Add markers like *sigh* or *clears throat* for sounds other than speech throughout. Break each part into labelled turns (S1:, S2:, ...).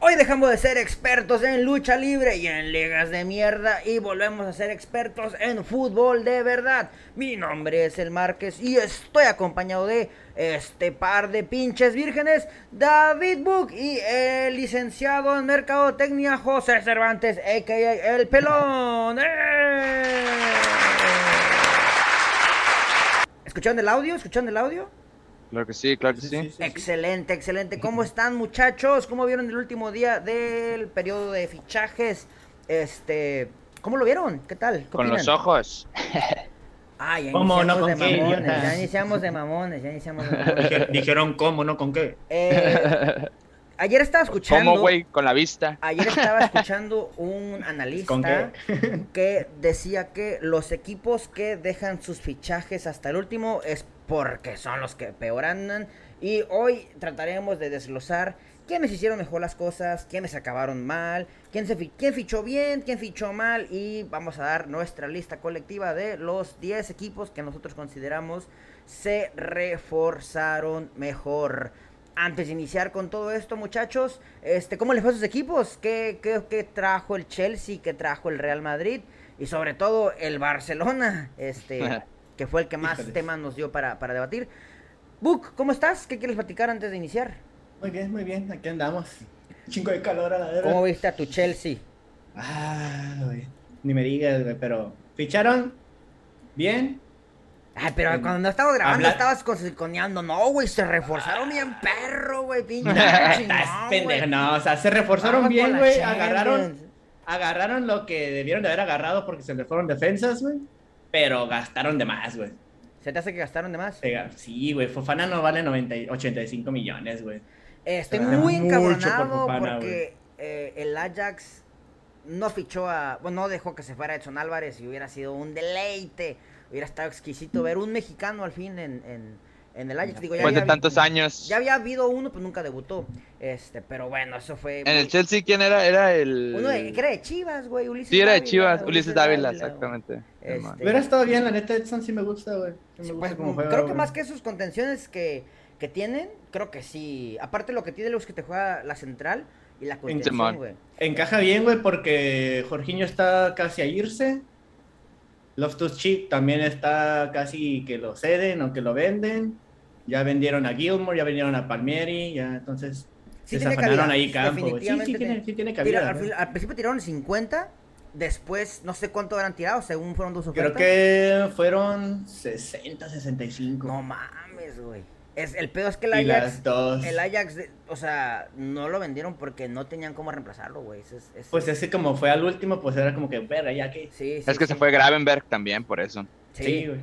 S1: Hoy dejamos de ser expertos en lucha libre y en ligas de mierda y volvemos a ser expertos en fútbol de verdad. Mi nombre es El Márquez y estoy acompañado de este par de pinches vírgenes, David Book y el licenciado en Mercadotecnia José Cervantes, a.k.a. El Pelón. ¡Eh! ¿Escucharon el audio? ¿Escucharon el audio?
S2: Claro que sí, claro que sí.
S1: Excelente, excelente. ¿Cómo están muchachos? ¿Cómo vieron el último día del periodo de fichajes? Este, ¿cómo lo vieron? ¿Qué tal? ¿Qué
S2: Con
S1: opinan?
S2: los ojos.
S1: Ah, ya
S3: ¿Cómo?
S1: iniciamos
S3: ¿No
S1: de
S3: con qué,
S1: mamones,
S3: idiotas?
S1: ya iniciamos de mamones, ya iniciamos de
S3: *laughs*
S1: mamones.
S3: Dije- Dijeron cómo, no con qué.
S1: Eh, ayer estaba escuchando, Ah,
S2: ¿Cómo, güey? Con la vista.
S1: ayer estaba escuchando un analista
S3: ¿Con qué?
S1: que decía que los equipos que dejan sus fichajes hasta el último es porque son los que peor andan. Y hoy trataremos de desglosar quiénes hicieron mejor las cosas, quiénes acabaron mal, quién, se fi- quién fichó bien, quién fichó mal. Y vamos a dar nuestra lista colectiva de los 10 equipos que nosotros consideramos se reforzaron mejor. Antes de iniciar con todo esto, muchachos, este, ¿cómo les fue a sus equipos? ¿Qué, qué, qué trajo el Chelsea? ¿Qué trajo el Real Madrid? Y sobre todo el Barcelona, este, que fue el que más
S3: Híjoles.
S1: temas nos dio para, para debatir. Book, ¿cómo estás? ¿Qué quieres platicar antes de iniciar?
S3: Muy bien, muy bien, aquí andamos. Chingo de calor a la verga.
S1: ¿Cómo viste a tu Chelsea?
S3: Ah, güey. Ni me digas, güey, pero ficharon
S1: *laughs*
S3: bien.
S1: Ay, pero cuando estaba grabando
S3: Em, Habla-
S1: estabas cosiconeando. No, güey, se reforzaron bien perro, güey,
S3: *laughs*
S1: pinche
S3: Estás
S1: chingón,
S3: pendejo.
S1: güey.
S3: No, o sea, se reforzaron
S1: Vamos por
S3: bien,
S1: la
S3: güey.
S1: Champions.
S3: Agarraron, agarraron lo que debieron de haber agarrado porque se le fueron defensas, güey. Pero gastaron de más, güey.
S1: ¿Se te hace que gastaron de más?
S3: Se ga- Sí, güey. Fofana no vale 90, y 85 millones, güey.
S1: Eh, Estoy
S3: Se me hace
S1: muy
S3: mucho por
S1: encabronado
S3: Fofana,
S1: porque eh, el Ajax no fichó a. Bueno, no dejó que se fuera Edson Álvarez y hubiera sido un deleite. Hubiera estado exquisito ver un mexicano al fin en, en, en el Ajax. Digo, ya
S2: Después de
S1: había-
S2: tantos años.
S1: Ya había habido uno, pues nunca debutó. Este, pero bueno, eso fue.
S2: En
S1: muy-
S2: el Chelsea, ¿quién era? Era el...
S1: Uno de, que era de Chivas, güey. Ulises
S2: Sí, era de
S1: Dávila,
S2: Chivas. Ulises Dávila,
S1: Dávila,
S2: exactamente.
S1: Este,
S2: Simón.
S3: Hubiera estado bien, la neta, Edson sí me gusta, güey. Sí me
S1: Sí,
S3: gusta
S1: pues,
S3: cómo
S1: mm,
S3: juega,
S1: creo que
S3: güey.
S1: más que sus contenciones que, que tienen, creo que sí. Aparte lo que tiene los que te juega la central y la contención,
S2: Simón.
S1: güey.
S3: Encaja bien, güey, porque Jorginho está casi a irse. Loftus Cheek también está casi que lo ceden o que lo venden. Ya vendieron a Gilmore, ya vendieron a Palmieri, ya entonces
S1: Sí
S3: se
S1: tenía
S3: zafanaron
S1: cabida,
S3: ahí campo. güey. Sí,
S1: definitivamente
S3: sí, tiene,
S1: tenía-
S3: sí tiene ¿eh?
S1: Tira-
S3: cabida.
S1: al,
S3: güey.
S1: fin- al principio tiraron 50, después no sé cuánto habrán tirado, según fueron dos
S3: Creo
S1: ofertas.
S3: que fueron 60, 65.
S1: No mames, güey. Es, el pedo es que el
S3: y
S1: Ajax,
S3: las dos.
S1: el Ajax de- o sea, no lo vendieron porque no tenían cómo reemplazarlo, güey. Ese es- ese-
S3: Pues ese como fue al último, pues era como que, verga, ya que...
S1: sí, sí,
S2: Es que se
S1: sí.
S2: fue Gravenberg también, por eso.
S1: Sí.
S3: Sí, güey.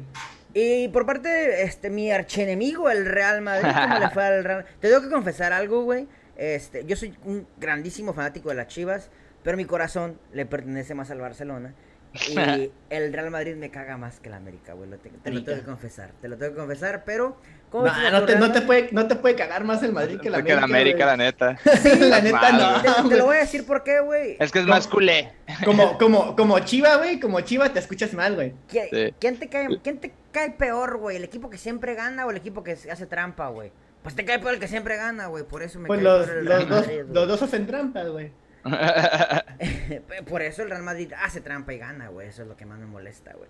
S1: Y por parte de este, mi archenemigo, el Real Madrid, ¿cómo le fue al Real? Te tengo que confesar algo, güey. Este, yo soy un grandísimo fanático de las Chivas, pero mi corazón le pertenece más al Barcelona.
S3: *laughs*
S1: Y el Real Madrid me caga más que el América, güey. Lo te, te lo tengo que
S3: Rica.
S1: confesar, te lo tengo que confesar, pero... ¿cómo ves
S3: No,
S1: a
S3: no
S1: tu
S3: te,
S1: Real
S3: no, te
S1: Madrid?
S3: puede, no te puede cagar más el Madrid que
S2: Porque
S3: el
S2: la
S3: América.
S2: América, la
S3: güey.
S2: neta.
S3: *laughs* la neta,
S2: Mal,
S3: no.
S2: güey.
S1: Te- te
S3: güey.
S1: lo voy a decir por qué, güey.
S2: Es
S1: *laughs*
S2: que es más
S3: ¿Cómo?
S2: culé.
S3: Como, como, como Chiva, güey, como Chiva te escuchas mal, güey.
S1: ¿Qui-
S2: Sí.
S1: ¿Quién, te cae, ¿Quién te cae peor, güey? ¿El equipo que siempre gana o el equipo que se hace trampa, güey? Pues te cae peor el que siempre gana, güey. Por eso me
S3: Pues
S1: cae
S3: los,
S1: peor el
S3: los
S1: Real
S3: dos,
S1: Madrid, güey.
S3: los dos hacen trampas, güey.
S1: *laughs* Por eso el Real Madrid hace trampa y gana, güey. Eso es lo que más me molesta, güey.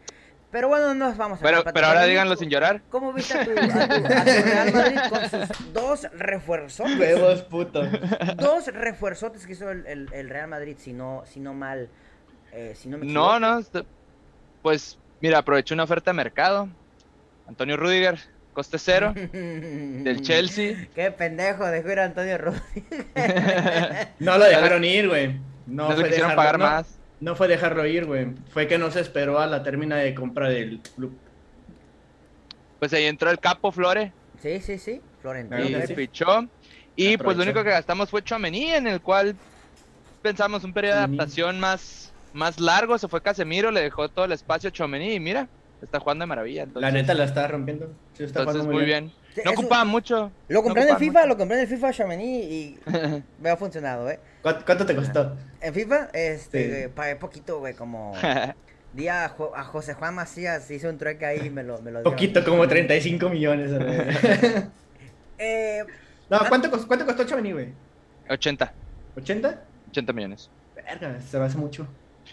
S1: Pero bueno, nos vamos a
S2: pero,
S1: platicar.
S2: pero ahora
S1: David,
S2: díganlo sin llorar.
S1: ¿Cómo viste a tu, a
S2: *laughs*
S1: tu- a tu Real Madrid con sus dos refuerzotes?
S3: Huevos, puto.
S1: Dos refuerzotes que hizo el, el- el Real Madrid, si no, si no mal. eh, si no me
S2: No,
S1: equivoco.
S2: no. esto- Pues, mira, aprovechó una oferta de mercado. Antonio Rudiger, coste
S1: *laughs*
S2: cero, del Chelsea.
S1: Qué pendejo, dejó ir a Antonio Rodríguez.
S3: No lo dejaron ir, güey. No,
S2: No, le
S3: fue
S2: quisieron
S3: dejarlo-
S2: pagar
S3: no-
S2: más.
S3: No fue dejarlo ir, güey. Fue que no se esperó a la términa de compra del club.
S2: Pues ahí entró el Capo Flore
S1: Sí, sí, sí.
S3: Claro
S2: y
S1: Florentino.
S3: que sí.
S2: fichó. Y pues lo
S3: Aprovechó.
S2: único que gastamos fue Chomení, en el cual pensamos un periodo de
S3: Tchouaméni.
S2: adaptación más, más largo. Se fue Casemiro, le dejó todo el espacio a Chomení y mira, está jugando de maravilla.
S3: La
S2: Entonces,
S3: neta la está rompiendo. Sí, está
S2: entonces,
S3: jugando
S2: muy bien.
S1: Sí,
S2: No
S1: es un-
S2: ocupaba mucho. *laughs*
S1: Lo compré en el
S2: ocupaban
S1: FIFA,
S2: mucho.
S1: lo compré en el FIFA Chamonix
S2: *laughs*
S1: y me ha funcionado, ¿eh?
S3: ¿Cuán- ¿Cuánto, te costó?
S1: En FIFA, este,
S3: Sí.
S1: güey, pagué poquito, güey, como...
S2: *laughs*
S1: Di a, Jo- a José Juan Macías, hice un trueque ahí y me lo, me lo dio.
S3: Poquito, como 35 millones. a la verga.
S1: *laughs* Eh,
S3: no, ¿cuánto, cos- ¿cuánto costó Chavani, güey?
S2: 80.
S3: ¿80?
S2: 80 millones.
S3: Verga, se me hace mucho.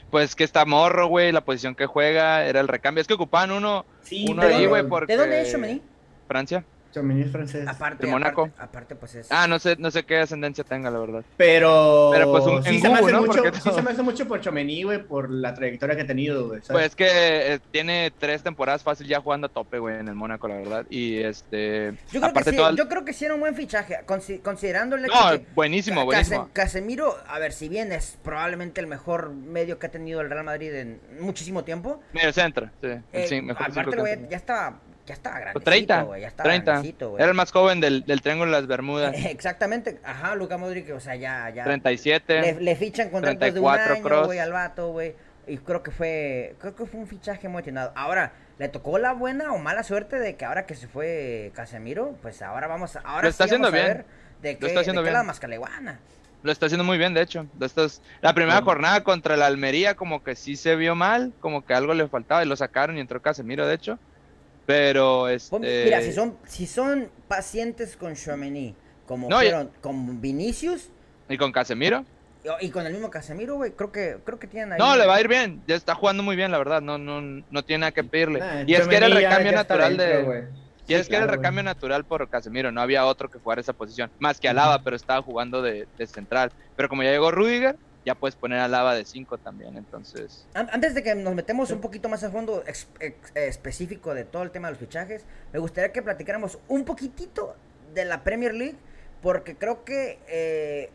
S2: Pues que está morro, güey, la posición que juega, era el recambio. Es que ocupaban uno,
S3: Sí,
S2: uno
S1: pero-
S2: ahí, güey,
S3: cabrón.
S2: porque...
S1: ¿De dónde es Chomení?
S2: Francia.
S3: Chomini es francés.
S1: Aparte,
S2: de Mónaco.
S1: aparte, aparte, pues es.
S2: Ah, no sé, no sé qué ascendencia tenga, la verdad.
S3: Pero,
S2: Pero, pues, un-
S3: sí,
S2: en
S3: se
S2: Google,
S3: me hace
S2: ¿no?
S3: mucho,
S2: Porque
S3: sí
S2: no.
S3: se me hace mucho por Chomení, güey, por la trayectoria que ha tenido, güey.
S2: Pues
S3: ¿sabes?
S2: es que eh, tiene tres temporadas fácil ya jugando a tope, güey, en el Mónaco, la verdad. Y este.
S1: yo, creo que
S2: aparte
S1: sí,
S2: toda-
S1: yo creo que sí era un buen fichaje, consi- considerando el hecho
S2: No,
S1: que
S2: buenísimo,
S1: Ca-
S2: buenísimo.
S1: Case- Casemiro, a ver, si bien es probablemente el mejor medio que ha tenido el Real Madrid en muchísimo tiempo,
S2: Medio centro, sí. el
S1: eh,
S2: cin- mejor
S1: aparte
S2: cinco
S1: el güey
S2: que-
S1: ya estaba, ya estaba grandecito,
S2: 30,
S1: güey, ya estaba
S2: 30.
S1: grandecito, güey.
S2: Era el más joven del, del Triángulo de las Bermudas.
S1: *laughs* Exactamente, ajá, Luca Modric, o sea, ya, ya. Le,
S2: 37.
S1: le fichan contratos de un
S2: 34
S1: año,
S2: cross.
S1: güey, al vato, güey. Y creo que fue, creo que fue un fichaje emocionado. Ahora, ¿le tocó la buena o mala suerte de que ahora que se fue Casemiro, pues ahora vamos a, ahora
S2: Lo está
S1: sí vamos
S2: haciendo
S1: a
S2: bien.
S1: ver de
S2: Lo
S1: qué,
S2: está haciendo
S1: de qué
S2: bien.
S1: la mascaleguana.
S2: Lo está haciendo muy bien, de hecho. De estos- la primera
S3: Bueno.
S2: jornada contra la Almería, como que sí se vio mal, como que algo le faltaba y lo sacaron y entró Casemiro, de hecho. Pero este.
S1: Pon- Pues, Mira, si son, si son pacientes con Chouameni, como
S2: No, ya-
S1: fueron con Vinicius
S2: ¿Y con Casemiro?
S1: y, y con el mismo Casemiro, güey, creo que, creo que tienen ahí.
S2: No, le va a ir bien. Ya está jugando muy bien, la verdad. No, no, no tiene nada que pedirle.
S3: Nah,
S2: y es que era el
S3: Tchouaméni ya-
S2: recambio
S3: ya está
S2: natural
S3: dentro,
S2: de.
S3: güey.
S2: Y es
S3: Sí,
S2: que era el
S3: claro,
S2: recambio
S3: güey.
S2: natural por Casemiro, no había otro que jugara esa posición, más que Alaba, pero estaba jugando de, de central. Pero como ya llegó Rudiger, ya puedes poner a Alaba de 5 también, entonces...
S1: An- Antes de que nos metemos un poquito más a fondo ex- ex- eh, específico de todo el tema de los fichajes, me gustaría que platicáramos un poquitito de la Premier League, porque creo que eh,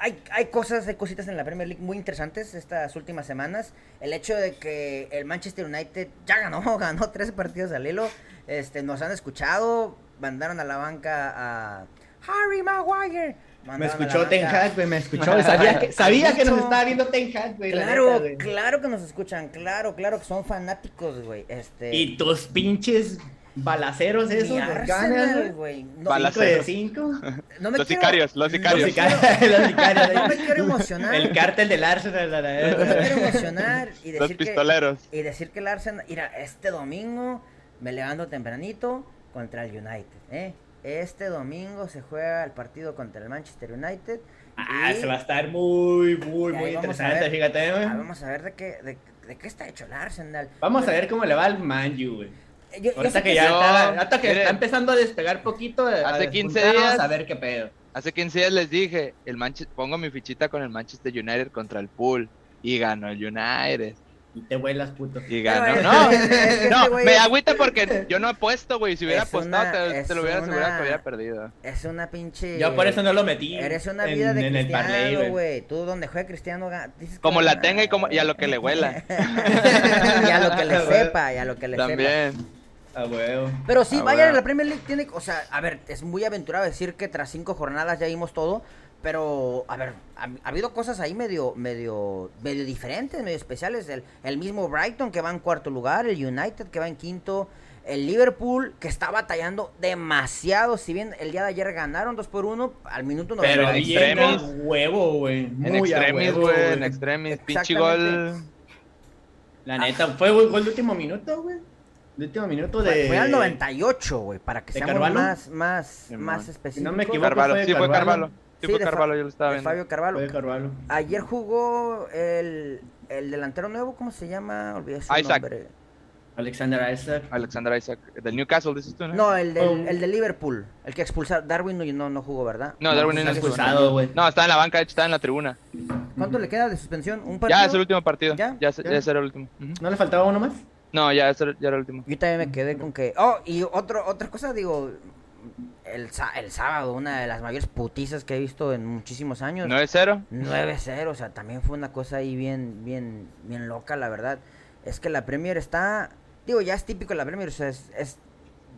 S1: hay, hay cosas, hay cositas en la Premier League muy interesantes estas últimas semanas. El hecho de que el Manchester United ya ganó, *laughs* ganó tres partidos al hilo, este, nos han escuchado, mandaron a la banca a Harry Maguire.
S3: Me
S1: mandaron a la
S3: escuchó Ten
S1: banca-
S3: Hag, güey, me escuchó. Sabía que, sabía que nos
S1: Mucho.
S3: estaba viendo Ten Hag, güey. la
S1: Claro,
S3: neta, güey.
S1: claro que nos escuchan, claro, claro que son fanáticos, güey. Este.
S3: Y tus pinches balaceros
S1: mi
S3: esos, los
S1: Arsenal,
S3: ganas, güey.
S1: güey. No,
S2: Balas-
S3: Cinco de
S2: *laughs*
S3: cinco.
S1: no me
S2: los
S1: quiero, *laughs*
S2: sicarios, los
S3: Los
S2: sicarios.
S3: sicarios, los sicarios.
S1: No me quiero emocionar.
S3: El cártel del Arsenal, la
S1: No me
S3: neta.
S1: quiero emocionar y
S2: Los
S1: decir que
S2: pistoleros.
S1: y decir que el Arsenal, mira, este domingo me levanto tempranito contra el United, ¿eh? Este domingo se juega el partido contra el Manchester United.
S3: Ah,
S1: y-
S3: se va a estar muy, muy,
S1: y ahí
S3: muy
S1: vamos a
S3: interesante,
S1: ver-
S3: fíjate, güey.
S1: ah, vamos a ver de qué, de, de qué está hecho el Arsenal.
S3: Vamos a ver cómo le va al Manju, güey.
S1: Yo- yo sé
S3: Ahorita que
S1: que
S3: ya
S1: sí-
S2: Yo-
S3: está, hasta que
S2: Miren.
S3: está empezando a despegar poquito. eh, a
S2: Hace 15
S3: despuntar,
S2: días.
S3: Vamos a ver qué pedo.
S2: Hace 15 días les dije, el Manche- pongo mi fichita con el Manchester United contra el Pool. Y ganó el United.
S3: Y te vuelas, puto.
S2: Y
S1: Pero
S2: ganó.
S1: es-
S2: No,
S1: es que este
S2: no,
S1: güey
S2: me
S1: es- *laughs*
S2: agüita porque yo no apuesto, güey. Si hubiera
S1: Es
S2: apostado,
S1: una-
S2: te, te
S1: es
S2: lo hubiera asegurado
S1: una-
S2: que hubiera perdido.
S1: Es una pinche.
S3: Yo por eso no lo metí.
S1: Eres una
S3: en-
S1: vida de
S3: en el parlay,
S1: cristiano, güey. Tú donde juega cristiano ga- dices que
S2: Como
S1: va a
S2: la tenga y,
S1: ganar,
S2: como, y a lo
S1: güey.
S2: que le huela.
S1: *laughs* y a lo que le
S3: Güey.
S1: sepa, y a lo que le sepa.
S2: También.
S3: A huevo.
S1: Pero sí,
S2: Ah,
S1: vaya,
S2: bueno.
S1: la Premier League tiene. O sea, a ver, es muy aventurado decir que tras cinco jornadas ya vimos todo. Pero, a ver, ha, ha habido cosas ahí medio, medio, medio diferentes, medio especiales. El, el mismo Brighton que va en cuarto lugar, el United que va en quinto, el Liverpool que está batallando demasiado. Si bien el día de ayer ganaron 2 por 1 al minuto 90.
S3: Pero
S2: en
S3: bien
S2: extremis.
S3: con huevo, güey.
S2: En
S3: Muy a
S2: extremis,
S3: huevo,
S2: güey. En
S3: güey.
S2: extremis.
S1: Exactamente.
S2: Pinche gol.
S3: La neta, fue gol gol de último minuto, güey. De último minuto de.
S1: Fue al 98, güey, para que
S3: de
S1: seamos
S3: Carvalho.
S1: más, más,
S3: Simón.
S1: más
S3: Si no
S1: específicos.
S3: me equivoco,
S2: Carvalho.
S3: fue de
S2: Sí, fue
S3: Carvalho.
S2: Carvalho. Sí,
S1: Sí,
S2: fue
S1: de Fa-
S2: Carvalho, yo lo estaba
S1: de
S2: viendo.
S1: Fabio Carvalho.
S3: Fue de Carvalho.
S1: Ayer jugó el, el delantero nuevo, ¿cómo se llama? Olvidé su
S2: Isaac.
S1: nombre.
S3: Alexander Isaac.
S2: Alexander Isaac. Del Newcastle, dices tú, ¿no?
S1: No, el del,
S3: Oh.
S1: el de Liverpool, el que expulsaron. Darwin no, no, no jugó, ¿verdad?
S2: No, Darwin
S1: pues,
S2: no
S1: está
S2: expulsado.
S3: expulsado, güey.
S2: No, estaba en la banca, de hecho, estaba en la tribuna.
S1: ¿Cuánto le queda de suspensión? ¿Un partido?
S2: Ya es el último partido.
S1: Pues ¿Ya?
S2: Ya, se-
S3: ¿Ya?
S2: ya ese era el último. Ujú.
S3: ¿No le faltaba uno más?
S2: No, ya, ese era- ya era el último.
S1: Yo también me quedé con que... Oh, y otro, otra cosa, digo... El, sa- el sábado, una de las mayores putizas que he visto en muchísimos años.
S2: 9-0.
S1: 9-0, o sea, también fue una cosa ahí bien, bien, bien loca, la verdad. Es que la Premier está, digo, ya es típico de la Premier, o sea, es, es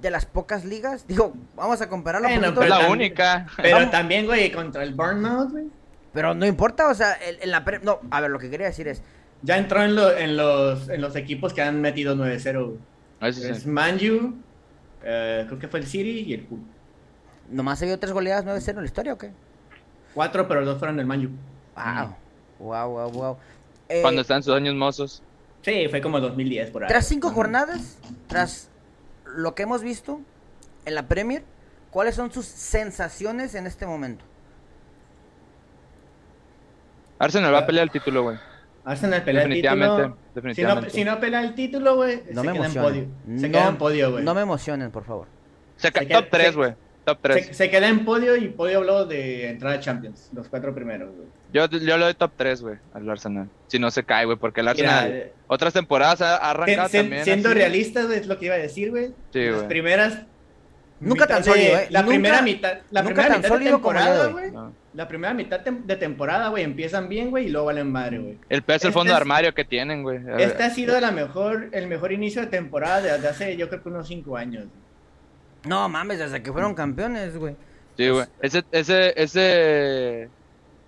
S1: de las pocas ligas, *laughs* digo, vamos a compararlo un
S3: Bueno,
S1: poquito,
S2: Es
S3: Pero
S2: la
S3: también-
S2: única.
S3: Pero
S1: Vamos.
S3: también, güey, contra el Burnout, güey.
S1: pero no importa, o sea, el- en la Premier, no, a ver, lo que quería decir es,
S3: Ya entró en, lo- en, los, en los equipos que han metido 9-0. güey.
S2: No, ese
S3: Es
S2: sí.
S3: Manju, eh, creo que fue el City y el Pool.
S1: ¿nomás se vio tres goleadas 9-0 en la historia o qué?
S3: Cuatro, pero dos fueron del Manju.
S1: Wow, wow, wow, wow. Eh,
S2: Cuando están sus años mozos.
S3: Sí, fue como 2010 por ahí.
S1: Tras cinco
S3: Ajá.
S1: jornadas, tras lo que hemos visto en la Premier, ¿cuáles son sus sensaciones en este momento?
S2: Arsenal va a pelear el título, güey.
S3: Arsenal pelea el
S2: Definitivamente.
S3: título. Si no,
S2: definitivamente.
S3: si no pelea el título, güey,
S1: No
S3: se
S1: me
S3: queda en
S1: emocionen.
S3: podio. Se
S1: No-
S3: queda en podio, güey.
S1: No me emocionen, por favor.
S2: Se ca-
S3: se queda-
S2: top 3,
S3: se-
S2: güey. Top 3.
S3: se, se queda en podio y podio habló de entrar a Champions, los cuatro primeros, güey.
S2: Yo, yo le doy top 3, güey, al Arsenal. Si no se cae, güey, porque el
S3: Mira,
S2: Arsenal otras temporadas ha ha arrancado
S3: sen- sen-
S2: también.
S3: siendo
S2: así.
S3: realistas, güey, es lo que iba a decir, güey.
S2: Sí,
S3: las
S2: güey.
S3: primeras.
S1: Nunca tan
S3: mitad de-
S1: sólido, ¿eh?
S3: La
S1: Nunca-
S3: primera mitad, la
S1: nunca
S3: primera
S1: tan
S3: mitad de
S1: sólido como el día de
S3: temporada,
S1: hoy.
S3: güey.
S2: No.
S3: La primera mitad tem- de temporada, güey, empiezan bien, güey, y luego valen madre, güey.
S2: El peso, el
S3: Este
S2: fondo de
S3: es-
S2: armario que tienen, güey. A ver,
S3: Este ha sido la mejor, el mejor inicio de temporada de, de hace, yo creo que unos cinco años.
S1: No mames, desde que fueron campeones, güey.
S2: Sí, güey. Ese, ese, ese,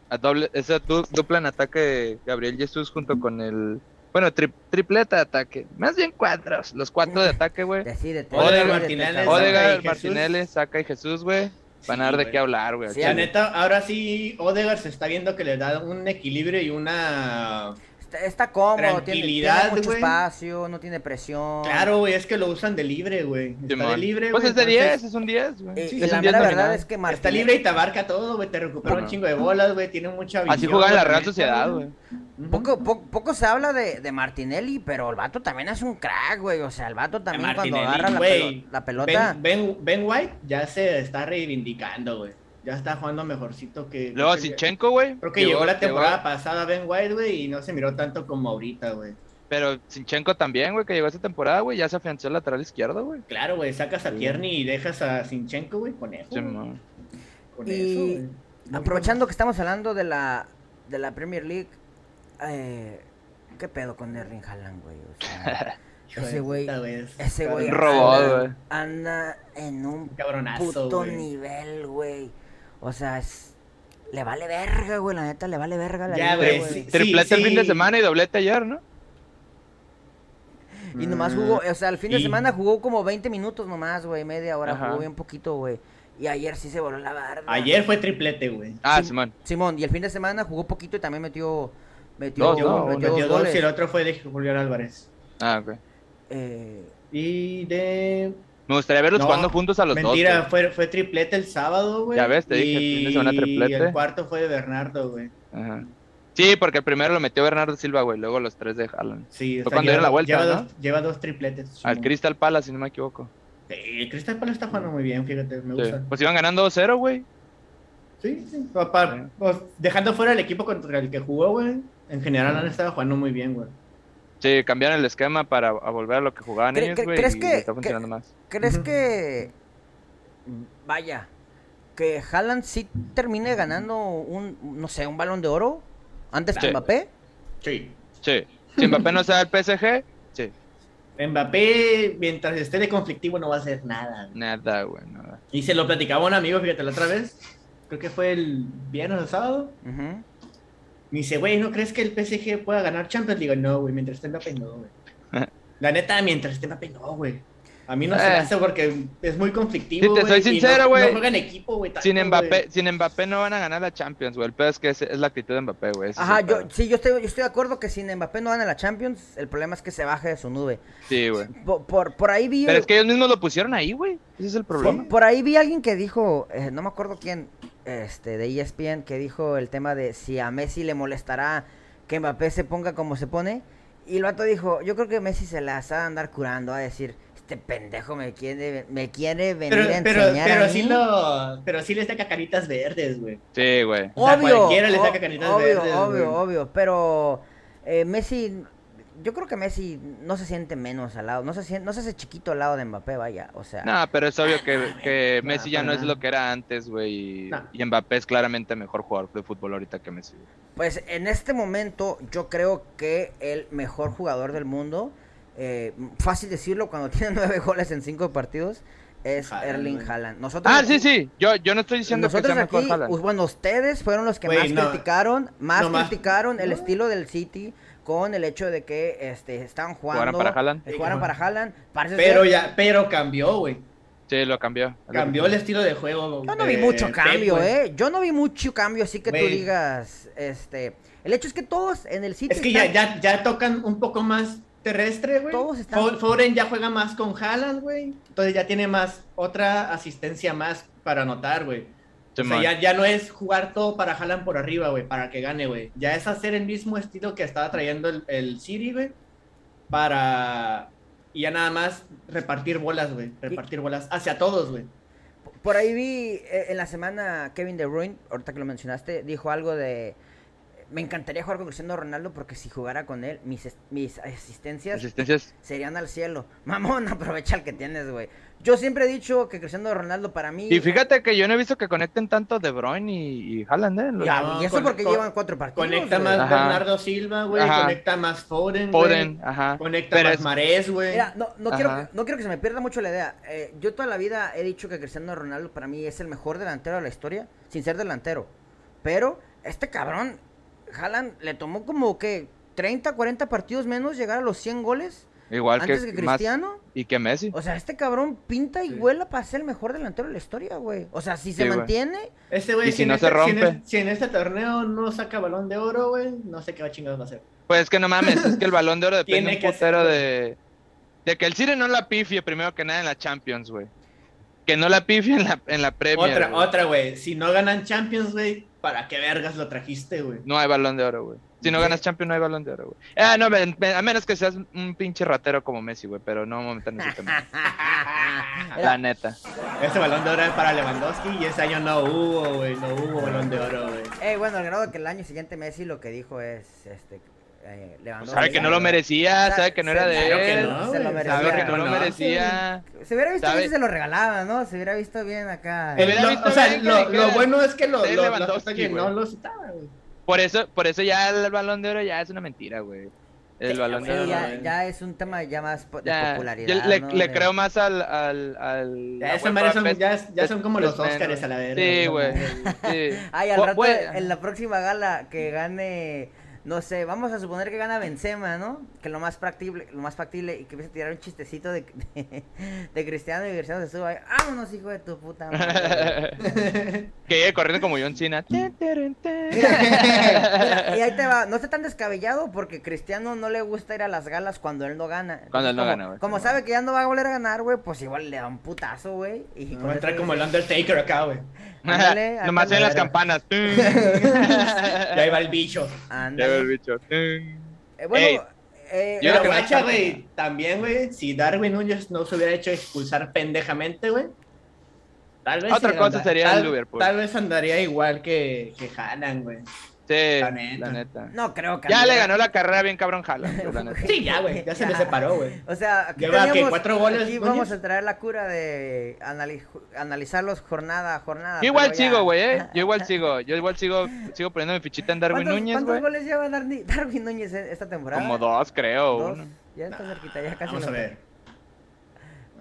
S2: a doble, ese du- dupla en ataque de Gabriel Jesús junto con el, bueno, tri- tripleta de ataque. Más bien cuadros, los cuatro de ataque, güey.
S1: Decídete.
S2: Odegaard,
S1: decídete,
S3: Martínez,
S1: cabrón.
S2: Odegaard,
S3: Jesús.
S2: Martinelli, Saca y Jesús, güey. Van a
S3: Sí,
S2: dar de
S3: güey.
S2: qué hablar, güey.
S1: Sí,
S3: la
S1: a mí-
S3: neta, ahora sí, Odegaard se está viendo que le da un equilibrio y una...
S1: Está, está cómodo, tiene,
S3: Tranquilidad,
S1: tiene mucho
S3: güey.
S1: espacio, no tiene presión.
S3: Claro, güey, es que lo usan de libre, güey. Está de
S2: Simón.
S3: libre,
S2: pues
S3: güey,
S2: es de
S3: entonces
S2: 10, es un 10, güey.
S1: Eh, Y,
S2: Sí,
S1: y
S2: es
S1: la
S2: un 10
S1: mera verdad
S2: nominal.
S1: es que Martínez...
S3: Está libre y te abarca todo, güey. Te recupera
S2: Ajá.
S3: un chingo de bolas, güey. Tiene mucha visión.
S2: Así jugaba en la
S3: güey,
S2: Real
S3: neta,
S2: Sociedad, güey.
S3: Ujú.
S1: Poco, po- poco se habla de, de Martinelli, pero el vato también es un crack, güey. O sea, el vato también cuando
S3: Martinelli,
S1: agarra la,
S3: güey.
S1: pelo- la pelota.
S3: Ben, ben, Ben White ya se está reivindicando, güey. Ya está jugando mejorcito que.
S2: Luego
S3: creo que-
S2: Sinchenko, güey.
S3: Creo que llegó la
S2: llegó-
S3: temporada pasada Ben White, güey, y no se miró tanto como ahorita, güey.
S2: Pero Sinchenko también, güey, que llegó esta temporada, güey. Ya se afianzó el lateral izquierdo, güey.
S3: Claro, güey, sacas a
S1: Sí.
S3: Tierney y dejas a Sinchenko, güey, con eso.
S2: Sí,
S3: güey,
S2: mo.
S3: con
S1: Y
S3: eso, güey. Muy
S1: Aprovechando que estamos hablando de la, de la Premier League, eh, ¿qué pedo con Erling Haaland, güey? O
S3: *laughs*
S1: sea,
S3: bueno. Hijo de
S1: ese güey-
S3: puta, es-
S1: ese güey
S2: Un robot,
S1: anda-
S2: güey.
S1: anda en un
S3: Cabronazo,
S1: puto
S3: güey.
S1: nivel, güey. O sea, es- le vale verga, güey. La neta, le vale verga la liga,
S3: Ya, güey,
S2: Tri-
S3: sí, sí,
S2: Triplete el fin de
S3: sí.
S2: semana y doblete ayer, ¿no?
S1: Y nomás jugó, o sea, el fin de
S3: Y-
S1: semana jugó como 20 minutos nomás, güey, media hora,
S2: Ajá.
S1: jugó bien poquito, güey. Y ayer sí se voló la barda.
S3: Ayer fue triplete, güey.
S2: Ah,
S1: Sim-
S2: Simón.
S1: Simón, y el fin de semana jugó poquito y también metió metió,
S2: Dos,
S3: Metió-
S2: no,
S1: metió
S3: metió
S1: dos
S3: dos
S1: goles.
S3: y el otro fue de Julián Álvarez.
S2: Ah, ok.
S1: Eh,
S3: Y de
S2: Me gustaría verlos
S3: No,
S2: jugando juntos a los
S3: Mentira,
S2: dos.
S3: fue, fue triplete el sábado, güey.
S2: Ya ves, te dije,
S3: y...
S2: fin de semana triplete.
S3: Y el cuarto fue de Bernardo, güey.
S2: güey. Ajá. Sí, porque el primero lo metió Bernardo Silva, güey. Luego los tres de Haaland.
S3: Sí,
S2: Fue
S3: o sea,
S2: cuando dieron la vuelta,
S3: lleva,
S2: ¿no?
S3: dos, lleva dos tripletes.
S2: Al Crystal Palace, si no me equivoco.
S3: Sí, el Crystal Palace está jugando muy bien, fíjate, me
S2: Sí.
S3: gusta.
S2: Pues iban ganando 2-0, güey.
S3: Sí, sí. Pa- pa-
S2: Sí.
S3: pues, dejando fuera el equipo contra el que jugó, güey. En general han estado jugando muy bien, güey.
S2: Sí, cambiaron el esquema para a volver a lo que jugaban
S1: ¿Cre-
S2: ellos,
S1: cre-
S2: güey.
S1: crees
S2: y
S1: que-
S2: está funcionando
S1: que-
S2: más.
S1: ¿Crees
S3: Ujú.
S1: que vaya que Haaland sí termine ganando un no sé, un balón de oro antes que
S2: Sí.
S1: Mbappé?
S3: Sí.
S2: Sí. Si
S3: *laughs*
S2: Mbappé no sea el PSG, sí.
S3: Mbappé, mientras esté de conflictivo, no va a hacer nada. güey.
S2: Nada, güey, nada.
S3: Y se lo platicaba a un amigo, fíjate, la otra vez. Creo que fue el viernes o el sábado.
S1: Ujú.
S3: Me dice, güey, ¿no crees que el PSG pueda ganar Champions? Le digo, no, güey, mientras esté Mbappé, no,
S2: *laughs*
S3: güey. La neta, mientras esté Mbappé, no, güey. A mí no se me
S2: Eh.
S3: hace porque es muy conflictivo,
S2: Si te soy
S3: y no-
S2: sincero, güey,
S3: No, juegan equipo, güey. tanto,
S2: Sin Mbappé,
S3: güey.
S2: sin Mbappé no van a ganar la Champions, güey. El pedo es que es, es la actitud de Mbappé, güey. ese es
S1: Ajá,
S2: el
S1: yo
S2: pedo.
S1: sí yo estoy yo estoy de acuerdo que sin Mbappé no gana la Champions, el problema es que se baje de su nube.
S2: Sí, güey.
S1: Por, por, por ahí vi
S2: Pero es que ellos mismos lo pusieron ahí, güey. Ese es el problema.
S1: Por, por ahí vi alguien que dijo, eh, no me acuerdo quién, este, de ESPN, que dijo el tema de si a Messi le molestará que Mbappé se ponga como se pone. Y el vato dijo, yo creo que Messi se las ha de andar curando, a decir, este pendejo me quiere, me quiere venir
S3: Pero,
S1: a
S3: pero,
S1: enseñar
S3: pero,
S1: a
S3: sí
S1: mí".
S3: lo, pero sí les saca caritas verdes, güey.
S2: Sí, güey.
S3: o sea,
S1: Obvio,
S3: cualquiera le
S1: o-
S3: saca canitas
S1: obvio,
S3: verdes,
S1: obvio,
S3: güey.
S1: obvio, pero eh, Messi, yo creo que Messi no se siente menos al lado, no se siente, no se hace chiquito al lado de Mbappé, vaya, o sea.
S2: No, pero es obvio que, que
S3: No,
S2: Messi ya
S3: para
S2: no es
S3: nada.
S2: lo que era antes, güey. y-
S3: No.
S2: Y Mbappé es claramente mejor jugador de fútbol ahorita que Messi. güey.
S1: Pues en este momento yo creo que el mejor jugador del mundo, eh, fácil decirlo cuando *laughs* tiene nueve goles en cinco partidos, es
S3: Haaland,
S1: Erling
S3: güey.
S1: Haaland. Nosotros
S2: Ah,
S1: aquí-
S2: sí, sí. Yo, yo no estoy diciendo que
S1: Nosotros
S2: sea mejor
S1: aquí,
S2: Haaland.
S1: us- bueno, ustedes fueron los que
S3: Güey,
S1: más
S3: no.
S1: criticaron, más
S3: No más.
S1: criticaron el
S3: No.
S1: estilo del City con el hecho de que este estaban jugando
S2: Jugaran para Haaland.
S1: eh, jugaran para Haaland. Parece
S3: Pero
S1: ser-
S3: ya, pero cambió, güey.
S2: Sí, lo cambió.
S3: Cambió el estilo de juego.
S1: Yo no vi
S3: de pues.
S1: mucho
S3: Pep,
S1: cambio,
S3: güey.
S1: eh. Yo no vi mucho cambio, así que tú
S3: Güey.
S1: digas, este, el hecho es que todos en el City
S3: Es que ya,
S1: están-
S3: ya, ya tocan un poco más terrestre, güey.
S1: Todos están-
S3: Fo- Foden ya juega más con Haaland, güey. Entonces ya tiene más, otra asistencia más para anotar, güey. O sea, ya, ya no es jugar todo para Haaland por arriba, güey, para que gane, güey. Ya es hacer el mismo estilo que estaba trayendo el, el City, güey, para... Y ya nada más repartir bolas, güey. Repartir bolas hacia todos, güey.
S1: Por ahí vi eh, en la semana Kevin De Bruyne, ahorita que lo mencionaste, dijo algo de... Me encantaría jugar con Cristiano Ronaldo porque si jugara con él, mis, es- mis asistencias
S2: Asistencias.
S1: serían al cielo. *laughs* Mamón, aprovecha el que tienes, güey. Yo siempre he dicho que Cristiano Ronaldo para mí...
S2: Y fíjate que yo no he visto que conecten tanto De Bruyne y, y Haaland, ¿eh? Los-
S1: Ya,
S3: No,
S1: y eso
S3: con-
S1: porque
S3: con-
S1: llevan cuatro partidos.
S3: Conecta
S1: güey.
S3: más
S2: Ajá.
S3: Bernardo Silva, güey.
S2: Ajá.
S3: Conecta más Foden, güey.
S2: Foden, ajá.
S3: Conecta
S2: Pero
S3: más
S2: es-
S3: Marés, güey.
S1: Mira, no, no, quiero,
S2: Ajá.
S1: no quiero que se me pierda mucho la idea. Eh, yo toda la vida he dicho que Cristiano Ronaldo para mí es el mejor delantero de la historia, sin ser delantero. Pero este cabrón, Haaland, le tomó como que 30, 40 partidos menos llegar a los 100 goles
S2: Igual
S1: antes
S2: que,
S1: que,
S2: más-
S1: Cristiano.
S2: y que Messi.
S1: O sea, este cabrón pinta y
S3: Sí.
S1: vuela para ser el mejor delantero de la historia, güey. O sea, si se
S2: Sí, güey.
S1: mantiene,
S3: Este, güey,
S2: Y si
S3: en
S2: no
S3: este-
S2: se rompe.
S3: en, si en este torneo no saca balón de oro, güey, no sé qué va chingados va a hacer.
S2: Pues es que no mames, es que el balón de
S3: *laughs*
S2: oro depende
S3: Tiene
S2: un
S3: que
S2: putero
S3: ser-
S2: de. De que el City no la pifie primero que nada en la Champions, güey. Que no la pifie en la, en la Premier.
S3: otra,
S2: güey.
S3: otra, güey. Si no ganan Champions, güey, ¿para qué vergas lo trajiste, güey?
S2: No hay balón de oro, güey. Si no
S3: Sí.
S2: ganas Champions, no hay balón de oro, güey. Ah, no, men- men- a menos que seas un pinche ratero como Messi, güey, pero no vamos a meternos en ese tema.
S1: Era-
S2: La neta.
S3: Ese Este balón de oro es para Lewandowski y ese año no hubo, güey. No hubo balón de oro, güey.
S1: *laughs* Eh, bueno, al grado que el año siguiente Messi lo que dijo es, este, eh, Lewandowski-
S2: Pues Sabe que no lo merecía, sabe que no era
S1: Claro
S2: de
S1: que
S2: él.
S1: no, se
S3: güey.
S1: lo merecía.
S2: Sabe que no lo
S1: No,
S2: merecía.
S1: Se hubiera visto
S2: ¿Sabe?
S1: bien si se lo regalaba, ¿no? Se hubiera visto bien acá.
S2: Se hubiera
S3: Lo-
S2: visto
S3: o sea,
S2: bien que
S3: lo,
S2: dijera,
S3: lo bueno es que lo,
S2: "Soy
S3: lo- lo-
S2: Lewandowski,
S3: que no
S2: güey".
S3: lo citaba, güey.
S2: Por eso, por eso ya el balón de oro ya es una mentira, güey. El
S3: Sí,
S2: balón
S1: Sí,
S2: de oro.
S1: ya,
S3: güey.
S1: ya es un tema ya más po- de
S2: ya,
S1: popularidad.
S2: yo le,
S1: ¿no?
S2: le
S1: De-
S2: creo más al. al, al
S3: Ya,
S2: la
S3: eso
S2: UEFA
S3: merece un-
S2: Best-
S3: ya, es- ya son como los
S2: Best Man,
S3: Oscars a la verga.
S2: Sí,
S3: ¿no?
S2: güey. Sí.
S1: *laughs* Ay, al
S2: Bu-
S1: rato,
S2: güey,
S1: en la próxima gala que gane, no sé, vamos a suponer que gana Benzema, ¿no? Que lo más factible, lo más factible y que empiece a tirar un chistecito de, *laughs* de, de Cristiano y Cristiano se suba ahí. ¡Vámonos, hijo de tu puta madre!
S2: *laughs*
S3: *laughs*
S2: que llegue corriendo como John Cena. *laughs* Tin, tin, tin.
S1: Mira, y ahí te va, no está tan descabellado porque Cristiano no le gusta ir a las galas cuando él no gana.
S2: Cuando él no
S1: Como-
S2: gana, güey.
S1: Como sabe que ya no va a volver a ganar, güey, pues igual le da un putazo, güey. Y
S3: No,
S1: con
S3: va a entrar
S1: eso
S3: como el
S1: dice,
S3: Undertaker acá, güey.
S1: Ándale,
S2: Nomás
S1: ándale.
S2: en
S1: *laughs*
S2: las campanas. Tin.
S3: Y
S2: *laughs*
S3: ahí va el bicho.
S2: Llega el
S1: Ándale.
S2: bicho. Tin.
S1: Eh, bueno,
S2: Ey,
S1: eh,
S2: yo
S1: eh,
S2: lo
S3: Pero
S2: que va a
S3: guacha,
S2: estar-
S3: güey, también, güey, si Darwin Núñez no se hubiera hecho expulsar pendejamente, güey. Tal vez
S2: Otra
S3: sí
S2: cosa sería
S3: tal-
S2: el Liverpool.
S3: Tal vez andaría igual que, que Haaland, güey.
S2: Sí,
S3: La neta.
S2: la neta.
S1: no creo que.
S2: Ya
S1: Andrea-
S2: le ganó la carrera bien cabrón Jala,
S1: *laughs*
S2: la neta.
S3: Sí, ya, güey, ya se le separó, güey.
S1: O sea, aquí,
S3: Lleva, ¿qué,
S1: teníamos-
S3: cuatro goles,
S1: aquí
S3: Núñez?
S1: vamos a traer la cura de anali- analizarlos jornada a jornada.
S2: Yo igual
S1: pero ya.
S2: sigo, güey, eh. Yo
S1: *laughs*
S2: igual sigo. Yo igual sigo, sigo poniendo mi fichita en Darwin
S1: ¿Cuántos,
S2: Núñez,
S1: ¿cuántos
S2: güey.
S1: goles lleva Darni- Darwin Núñez en esta temporada?
S2: Como dos, creo.
S1: Dos.
S2: uno.
S1: Ya está cerquita, ya casi.
S3: Vamos
S1: lo-
S3: a ver.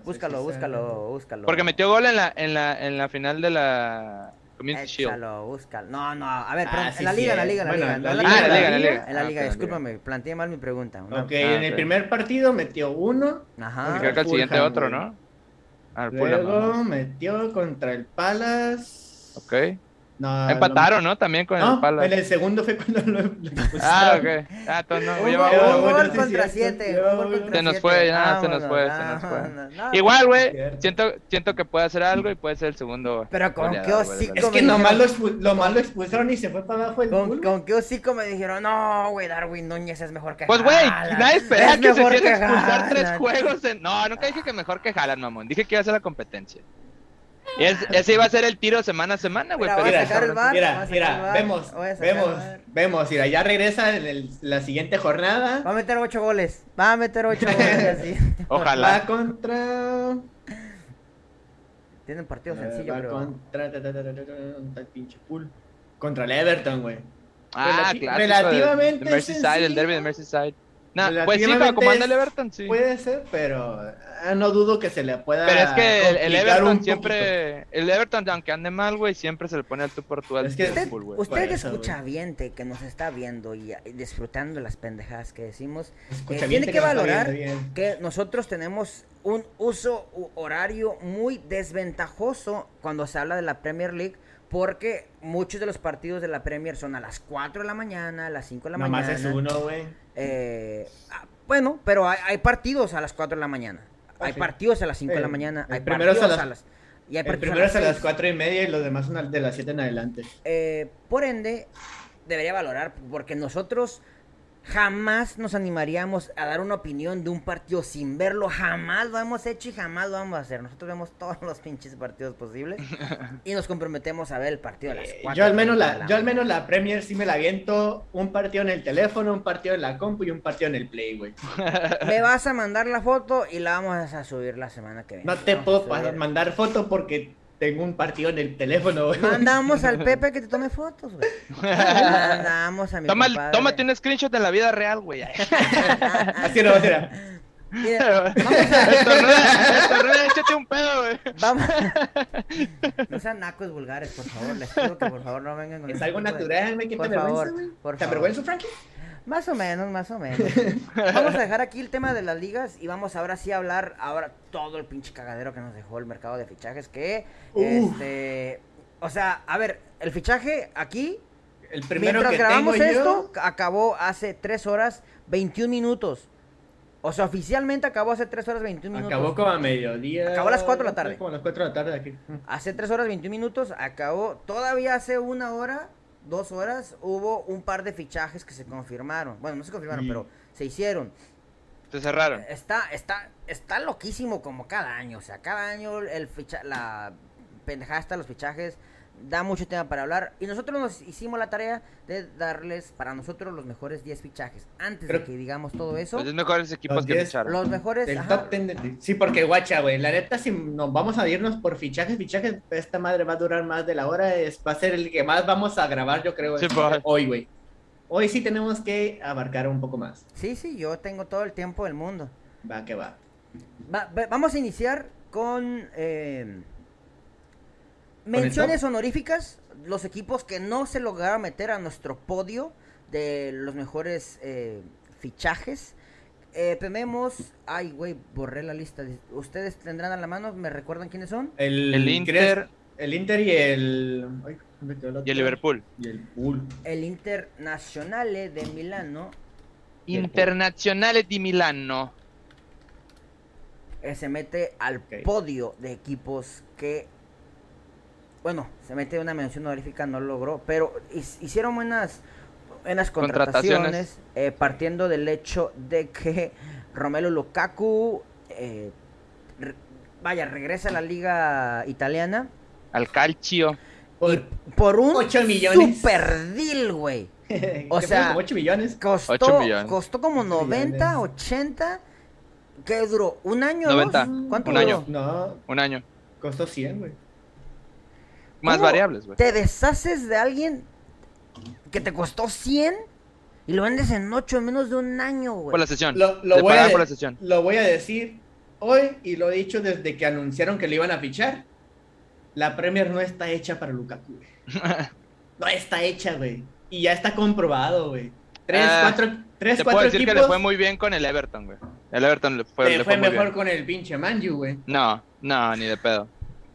S1: Búscalo, búscalo, búscalo.
S2: Porque metió gol en la, en la, en la final de la Community Shield.
S1: Échalo, búscalo. No, no, a ver,
S3: Ah,
S1: perdón,
S3: sí,
S1: en la
S3: sí,
S1: liga,
S3: eh.
S1: en la liga, en la
S3: Bueno,
S1: liga.
S3: en
S1: no
S3: la
S1: en
S2: liga,
S1: en
S2: en la liga.
S1: En la liga,
S2: Ah, ok, en la
S1: discúlpame, planteé mal mi pregunta. una-
S3: Ok, en el
S2: Ah, ok.
S3: primer partido metió uno,
S2: Y
S1: Ajá.
S2: creo que el
S3: Fulham,
S2: siguiente otro,
S3: güey.
S2: ¿no? Al Fulham,
S3: luego
S2: ajá.
S3: metió contra el Palace.
S2: Ok.
S1: Ah,
S3: No,
S2: Empataron, ¿no? También con
S3: lo- No,
S2: el Palace.
S3: en el segundo fue cuando lo, lo expulsaron.
S2: Ah, ok. Ah, entonces no,
S1: Un
S2: lleva
S1: gol-
S2: uno.
S1: un
S3: uno,
S1: gol
S3: sí,
S1: contra
S3: cierto,
S1: siete.
S3: lleva
S1: un gol
S3: uno.
S1: contra
S2: Se nos
S1: siete.
S2: fue, ya, se nos fue, se nos
S1: Vámonos,
S2: fue.
S1: vámonos. No,
S2: Igual, güey.
S3: Cierto.
S2: Siento, siento que puede hacer algo y puede ser el segundo.
S1: Pero con
S2: goleador,
S1: qué
S2: güey,
S1: hocico,
S2: de
S3: Es
S2: la-
S3: que nomás lo, expu- lo más lo expulsaron y se fue para abajo el
S1: Con,
S3: culo.
S1: con qué hocico me dijeron, no, güey, Darwin Núñez es mejor que
S2: Pues, güey,
S1: Haaland,
S2: nadie esperaba
S1: es
S2: que se
S1: mejor
S2: quiera
S1: que
S2: expulsar tres
S1: Haaland".
S2: juegos. En... No, nunca dije que mejor que Jalan, mamón. Dije que iba a ser la competencia. Y es- ese iba a ser el tiro semana a semana, güey.
S1: Mira,
S2: pero
S1: voy a
S2: ese
S1: sacar el
S2: cabrón-
S1: bar, voy a
S3: Mira,
S1: sacar el
S3: mira,
S1: bar,
S3: vemos,
S1: voy a sacar el
S3: vemos,
S1: bar.
S3: vemos. Mira, ya regresa en el- la siguiente jornada.
S1: Va a meter ocho goles, va a meter
S2: *laughs*
S1: ocho goles así.
S2: Ojalá.
S3: Va contra.
S1: Tienen partido
S3: Eh,
S1: sencillo,
S3: va
S1: creo.
S3: contra. ta, ta, ta, ta, ta, ta, el pinche pool. Contra el Everton, güey.
S2: Ah,
S3: Relati-
S2: claro.
S3: relativamente
S2: El Merseyside, el
S3: sencillo.
S2: derby de Merseyside. Nah, pues sí,
S3: Relativamente
S2: pero como anda el
S3: es-
S2: Everton, sí.
S3: Puede ser, pero ah, no dudo que se le pueda.
S2: Pero es que el, el
S3: complicar
S2: Everton
S3: un poquito.
S2: siempre. El Everton, aunque ande mal, güey, siempre se le pone al tú por tú al
S3: Es que- este
S1: Usted,
S2: Liverpool, güey.
S1: usted
S3: Por eso,
S1: escucha viente que nos está viendo y, y disfrutando las pendejadas que decimos,
S3: Escucha
S1: eh,
S3: bien,
S1: tiene que
S3: lo está
S1: valorar
S3: viendo bien.
S1: que nosotros tenemos un uso u- horario muy desventajoso cuando se habla de la Premier League, porque muchos de los partidos de la Premier son a las 4 de la mañana, a las 5 de la
S3: Nomás
S1: mañana.
S3: es uno, güey.
S1: eh, ah, bueno, pero hay, hay partidos a las 4 de la mañana,
S3: Ah,
S1: hay
S3: sí.
S1: partidos a las 5 de la
S3: Sí,
S1: mañana,
S3: el
S1: hay
S3: primero es
S1: partidos
S3: a
S1: a
S3: las-
S1: las... Y hay
S3: El
S1: partidos a
S3: primero es a las
S1: seis.
S3: cuatro y media y los demás son al- de las siete en adelante.
S1: Eh, por ende, debería valorar, porque nosotros jamás nos animaríamos a dar una opinión de un partido sin verlo. Jamás lo hemos hecho y jamás lo vamos a hacer. Nosotros vemos todos los pinches partidos
S3: *laughs*
S1: posibles y nos comprometemos a ver el partido a las
S3: Eh,
S1: 4.
S3: Yo al, menos la, yo al menos la Premier sí me la aviento un partido en el teléfono, un partido en la compu y un partido en el Play, güey.
S1: Me vas a mandar la foto y la vamos a subir la semana que viene.
S3: No te
S1: Vamos a
S3: puedo
S1: subir.
S3: pasar- mandar foto porque tengo un partido en el teléfono, güey.
S1: Mandamos al Pepe que te tome fotos, güey. Mandamos a mi
S2: Toma,
S1: compadre. *laughs*
S2: tómate un screenshot de la vida real, güey. *laughs*
S3: *laughs* Así no, así no.
S1: Mira,
S2: Estornuda, estornuda, échate un pedo, güey.
S1: Vamos. No sean nacos vulgares, por favor. Les pido que por favor no vengan *laughs* con
S3: Es
S1: ese
S3: algo
S1: tipo de-
S3: natural, güey. ¿Qué te
S1: Por
S3: avergüenza,
S1: favor,
S3: güey?
S1: por
S3: ¿Te
S1: favor.
S3: avergüenza, Frankie?
S1: Más o menos, más o menos. Vamos a dejar aquí el tema de las ligas y vamos ahora sí a hablar ahora todo el pinche cagadero que nos dejó el mercado de fichajes que
S3: Uf.
S1: este o sea, a ver, el fichaje aquí
S3: El primero
S1: mientras
S3: que
S1: grabamos
S3: tengo
S1: esto
S3: yo...
S1: acabó hace 3 horas 21 minutos. O sea, oficialmente acabó hace 3 horas 21 minutos.
S3: Acabó como a mediodía.
S1: Acabó a las cuatro de la tarde.
S3: Como a las 4 de la tarde aquí.
S1: Hace 3 horas 21 minutos acabó. Todavía hace una hora, dos horas, hubo un par de fichajes que se confirmaron. Bueno, no se confirmaron,
S3: Sí.
S1: pero se hicieron.
S2: Te cerraron.
S1: Está, está, está loquísimo como cada año. O sea, cada año el ficha, la pendejada está, los fichajes. Da mucho tema para hablar. Y nosotros nos hicimos la tarea de darles para nosotros los mejores 10 fichajes. Antes de
S3: Creo-
S1: que digamos todo eso,
S2: Los 10 mejores equipos
S3: Los
S2: que
S3: 10.
S2: ficharon.
S1: los mejores.
S3: Del
S1: Pues, ajá,
S3: top 10 de- Sí, porque guacha, güey. La neta, si nos vamos a irnos por fichajes, fichajes, esta madre va a durar más de la hora. Es, va a ser el que más vamos a grabar, yo creo.
S2: Sí,
S3: este,
S2: pues.
S3: hoy, güey. Hoy sí tenemos que abarcar un poco más.
S1: Sí, sí, yo tengo todo el tiempo del mundo.
S3: Va, que va.
S1: Va- va- vamos a iniciar con eh, menciones honoríficas, los equipos que no se lograron meter a nuestro podio de los mejores eh, fichajes. Eh, tenemos, ay güey, borré la lista. Ustedes tendrán a la mano, ¿me recuerdan quiénes son?
S3: El,
S2: El Inter
S3: El Inter y el. ay, ¿dónde quedó
S2: y
S3: otro?
S2: el Liverpool.
S3: Y el Bull.
S1: El Internazionale de Milano
S2: Internazionale di Milano.
S1: eh, se mete al
S3: Ok.
S1: podio de equipos que, bueno, se mete una mención honorífica, no logró, pero his- hicieron buenas, buenas contrataciones,
S2: Contrataciones.
S1: eh, partiendo del hecho de que *laughs* Romelu Lukaku, eh, re- vaya, regresa a la liga italiana
S2: Al Calcio.
S1: y
S3: Por-
S1: por un
S3: ocho millones.
S1: super deal, güey.
S3: *laughs* ¿Qué
S1: o
S3: fue?
S1: sea-
S3: Como 8 millones.
S1: Costó,
S2: Ocho millones.
S1: costó como
S3: Ocho
S1: 90,
S3: millones.
S1: 80. ¿Qué duró? ¿Un año? o
S2: Noventa.
S1: dos? ¿Cuánto
S2: Un
S1: duró?
S2: año.
S3: No,
S2: Un año.
S3: costó 100, güey.
S2: Más
S1: ¿Cómo
S2: variables, güey.
S1: Te deshaces de alguien que te costó 100 y lo vendes en 8 en menos de un año,
S2: Por
S1: güey.
S2: la sesión.
S3: Lo, lo
S2: de
S3: voy a,
S2: pagar por la sesión.
S3: lo voy a decir hoy y lo he dicho desde que anunciaron que lo iban a fichar. La Premier no está hecha para Lukaku,
S2: *laughs*
S3: güey. No está hecha, güey. Y ya está comprobado, güey. Tres,
S2: Ah,
S3: cuatro, tres,
S2: Te puedo
S3: cuatro
S2: decir
S3: equipos
S2: que le fue muy bien con el Everton, güey. El Everton le fue,
S3: te
S2: le
S3: Eh, fue
S2: fue muy
S3: mejor
S2: bien.
S3: con el pinche Manju, güey.
S2: No, no, ni de pedo.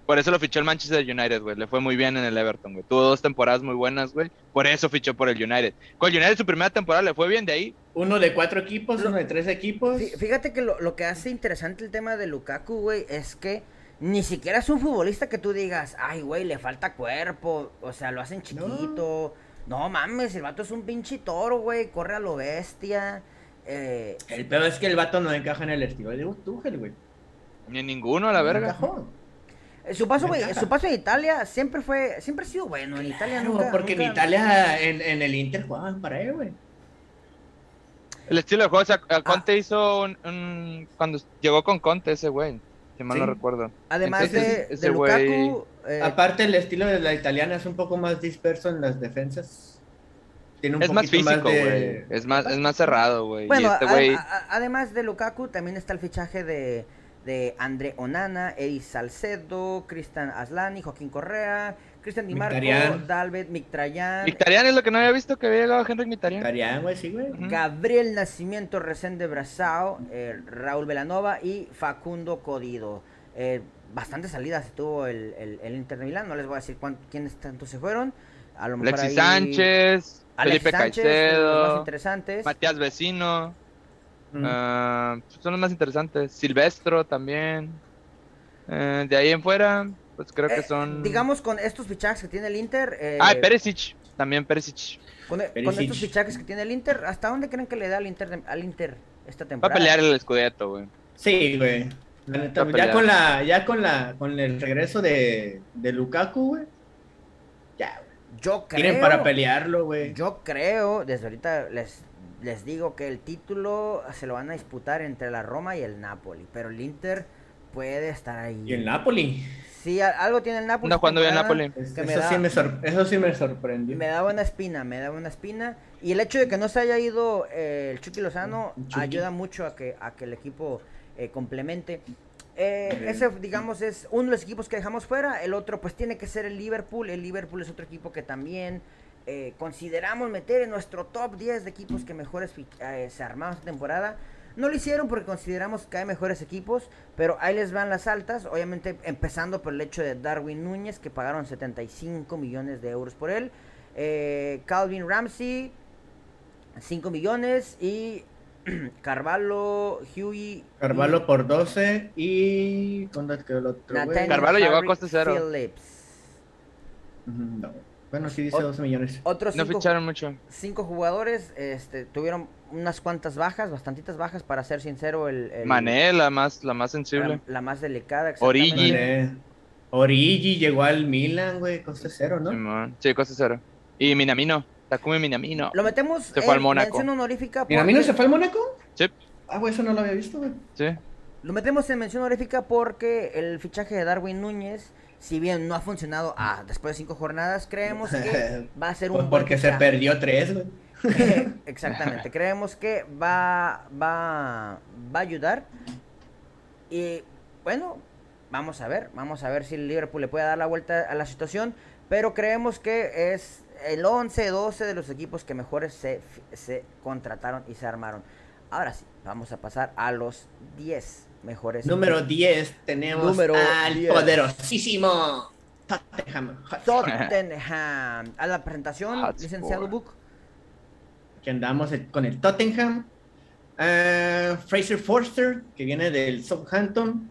S2: Por eso lo fichó el Manchester United, güey. Le fue muy bien en el Everton, güey. Tuvo dos temporadas muy buenas, güey. Por eso fichó por el United. Con el United su primera temporada le fue bien, de ahí
S3: Uno de cuatro equipos, uno de tres equipos.
S1: Fí- Fíjate que lo, lo que hace interesante el tema de Lukaku, güey, es que ni siquiera es un futbolista que tú digas, ay, güey, le falta cuerpo, o sea, lo hacen chiquito. No, mames, el vato es un pinche toro, güey, corre a lo bestia. Eh,
S3: El peor es que el vato no encaja en el estilo de Tuchel, güey.
S2: ni ninguno a la
S3: No
S2: verga.
S3: encajó.
S1: eh, su paso,
S3: Me
S1: güey,
S3: encanta.
S1: su paso en Italia siempre fue, siempre ha sido bueno. En Italia
S3: Claro,
S1: nunca.
S3: porque en
S1: nunca-
S3: Italia, en, en el Inter jugaban para él, güey.
S2: El estilo de juego, o sea,
S3: Ah.
S2: a Conte hizo un, un- Cuando llegó con Conte ese güey, si mal no
S3: Sí.
S2: recuerdo.
S1: Además
S2: Entonces,
S1: de,
S2: ese
S1: de
S2: güey-
S1: Lukaku, eh,
S3: Aparte, el estilo de la italiana es un poco más disperso en las defensas. Tiene un
S2: Es más
S3: poquito
S2: físico, güey.
S3: de-
S2: Es, más, es más cerrado, güey. y
S1: Bueno,
S2: este
S1: a-
S2: güey...
S1: a- además de Lukaku, también está el fichaje de, de André Onana, Eris Salcedo, Cristian Aslani, Joaquín Correa, Cristian Di Marco,
S3: Mkhitaryan.
S1: Dalvet, Mictrayan,
S2: Mictarian es lo que no había visto que había llegado Henry Mictarian.
S3: Italiano, güey, sí, güey.
S2: Ujú.
S1: Gabriel Nacimiento, recién de Brazao, eh, Raúl Velanova y Facundo Codido. Eh, bastantes salidas tuvo el, el- el Inter de Milán, no les voy a decir cuán- quiénes tantos se fueron. A lo mejor
S2: Alexis
S1: ahí-
S2: Sánchez,
S1: Alexis
S2: Felipe
S1: Sánchez, los más
S2: Caicedo,
S1: interesantes.
S2: Matías Vecino,
S3: Mm.
S2: ah, son los más interesantes. Silvestro también. Eh, de ahí en fuera, Pues creo que
S1: Eh,
S2: son.
S1: Digamos con estos fichajes que tiene el Inter. eh,
S2: Ah, Perisic. También Perisic.
S1: Con, e-, con
S3: Perisic.
S1: estos fichajes que tiene el Inter, ¿hasta dónde creen que le da al Inter, de- al Inter esta
S2: Va a
S1: temporada?
S2: pelear el Scudetto, güey.
S3: Mm. Sí, güey. La neta,
S2: Está
S3: ya
S2: peleado.
S3: con la, ya con la, con el regreso de, de Lukaku, güey. Ya, güey.
S1: Yo creo.
S3: Tienen para pelearlo, güey.
S1: Yo creo, desde ahorita les, les digo que el título se lo van a disputar entre la Roma y el Napoli, pero el Inter puede estar ahí.
S3: Y el Napoli.
S1: Sí, a- algo tiene el Napoli.
S2: Anda
S1: esta
S2: jugando bien
S1: temporada.
S2: Napoli.
S3: Es-
S1: Que me
S3: eso,
S1: da-
S3: sí me sor- eso sí me sorprendió.
S1: Me daba una espina, me daba una espina. Y el hecho de que no se haya ido eh, el Chucky Lozano
S3: Chucky.
S1: ayuda mucho a que, a que el equipo eh, complemente. Eh,
S3: Ok.
S1: Ese, digamos, es uno de los equipos que dejamos fuera. El otro, pues, tiene que ser el Liverpool. El Liverpool es otro equipo que también eh, consideramos meter en nuestro top 10 de equipos que mejores fi- eh, se armaron esta temporada. No lo hicieron porque consideramos que hay mejores equipos, pero ahí les van las altas. Obviamente, empezando por el hecho de Darwin Núñez, que pagaron 75 millones de euros por él. Eh, Calvin Ramsey, 5 millones. Y *clears throat* Carvalho, Huey.
S3: Carvalho por 12 y. ¿Dónde quedó el otro? güey?
S1: Nathaniel
S2: Carvalho llegó a
S1: Harry
S2: coste cero.
S1: Phillips.
S3: Ujú, no. Bueno, sí dice
S1: Ot-
S3: 12 millones.
S1: Otros
S2: No
S1: cinco-
S2: ficharon mucho.
S1: cinco jugadores este, tuvieron unas cuantas bajas, bastantitas bajas, para ser sincero. El, el-
S2: Mané, la más, la más
S1: la,
S2: sensible.
S1: la más delicada.
S2: Origi.
S1: exactamente.
S3: Vale. Origi llegó al Milan, güey, coste cero, ¿no?
S2: Simón. Sí, coste cero. Y Minamino. Takumi Minamino.
S1: Lo metemos
S2: Se fue al
S1: en
S2: Mónaco.
S1: mención honorífica.
S3: ¿Y a mí no
S1: porque-
S3: se fue al Mónaco?
S2: Sí,
S3: Ah, güey, eso no lo había visto, güey.
S2: sí.
S1: Lo metemos en mención honorífica porque el fichaje de Darwin Núñez, si bien no ha funcionado ah, después de cinco jornadas, creemos
S3: *laughs*
S1: que va a ser un
S3: Pues
S1: buen
S3: porque se
S1: fichaje.
S3: perdió tres, güey.
S1: *laughs* Exactamente, creemos que va, va, va a ayudar. Y bueno, vamos a ver, vamos a ver si el Liverpool le puede dar la vuelta a la situación, pero creemos que es el 11, 12 de los equipos que mejores se, se contrataron y se armaron. Ahora sí, vamos a pasar a los 10 mejores.
S3: Número 10 tenemos
S1: Número
S3: al
S1: 10.
S3: poderosísimo
S2: *laughs*
S3: Tottenham. Hotspur.
S1: Tottenham. A la presentación,
S2: Hotspur.
S1: licenciado Book.
S3: que andamos el- con el Tottenham. Ah, Fraser Forster, que viene del Southampton.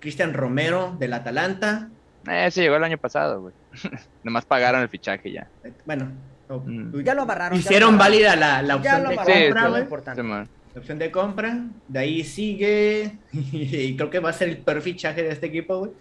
S3: Cristian Romero, del Atalanta.
S2: Eh, ese llegó el año pasado, güey. *laughs* Nomás pagaron el fichaje ya.
S3: Eh, Bueno, no,
S2: Mm.
S1: Ya lo amarraron, ya
S3: Hicieron
S1: lo amarraron.
S3: válida la, la
S1: Ya
S3: opción
S1: lo
S3: de
S1: amarraron,
S2: Sí,
S3: compra,
S2: sí.
S1: lo
S3: güey.
S1: importante.
S2: Simón.
S3: La opción de compra. De ahí sigue. *laughs* y creo que va a ser el peor fichaje de este equipo, güey.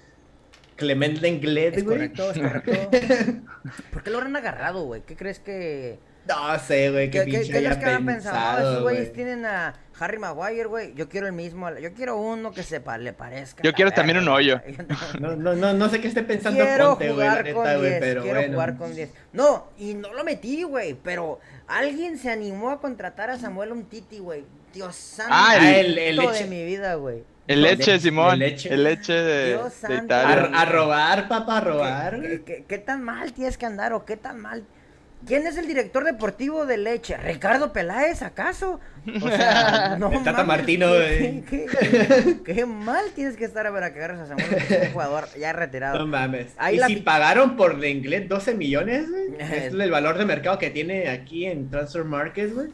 S3: Clement Lenglet,
S1: Es
S3: güey.
S1: correcto, es correcto.
S3: *laughs*
S1: ¿Por qué lo habrán agarrado, güey? ¿Qué crees que.?
S3: No sé, güey.
S1: ¿Qué,
S3: ¿Qué,
S1: qué,
S3: pinche
S1: qué crees
S3: haya
S1: que habrán pensado? Ah, esos
S3: pensado,
S1: güeyes
S3: güey.
S1: tienen a Harry Maguire, güey. Yo quiero el mismo. Yo quiero uno que sepa, le parezca.
S2: Yo
S1: la
S2: quiero también un hoyo.
S1: *laughs*
S3: *laughs* No, no, no, no sé qué esté pensando
S1: quiero
S3: Conte, güey, la
S1: jugar
S3: neta,
S1: con
S3: güey,
S1: 10.
S3: pero
S1: Quiero
S3: bueno.
S1: jugar con 10. No, y no lo metí, güey. Pero alguien se animó a contratar a Samuel Umtiti, güey. Dios santo.
S2: Ah,
S3: el- el
S1: de
S3: leche.
S1: mi vida, güey.
S2: El leche,
S3: Le-
S2: Simón.
S3: el
S2: El
S3: leche.
S2: leche, de,
S1: Dios
S2: de
S1: santo.
S2: Italia.
S1: Ar-
S3: A, a robar, papá, a
S1: *laughs*
S3: robar.
S1: ¿Qué- qué, qué- qué tan mal tienes que andar o qué tan mal? ¿Quién es el director deportivo de Leche? ¿Ricardo Peláez, acaso? O
S3: *laughs*
S1: sea, no
S3: El Tata
S1: mames,
S3: Martino,
S1: ¿qué, *laughs* qué- qué- qué mal tienes que estar para que agarres a Samuel, que es un jugador ya
S3: No
S1: retirado.
S3: mames.
S1: Ahí
S3: y
S1: la
S3: si
S1: fi-
S3: pagaron por de inglés 12 millones, güey,
S1: *laughs*
S3: es el valor de mercado que tiene aquí en Transfer Markets, güey.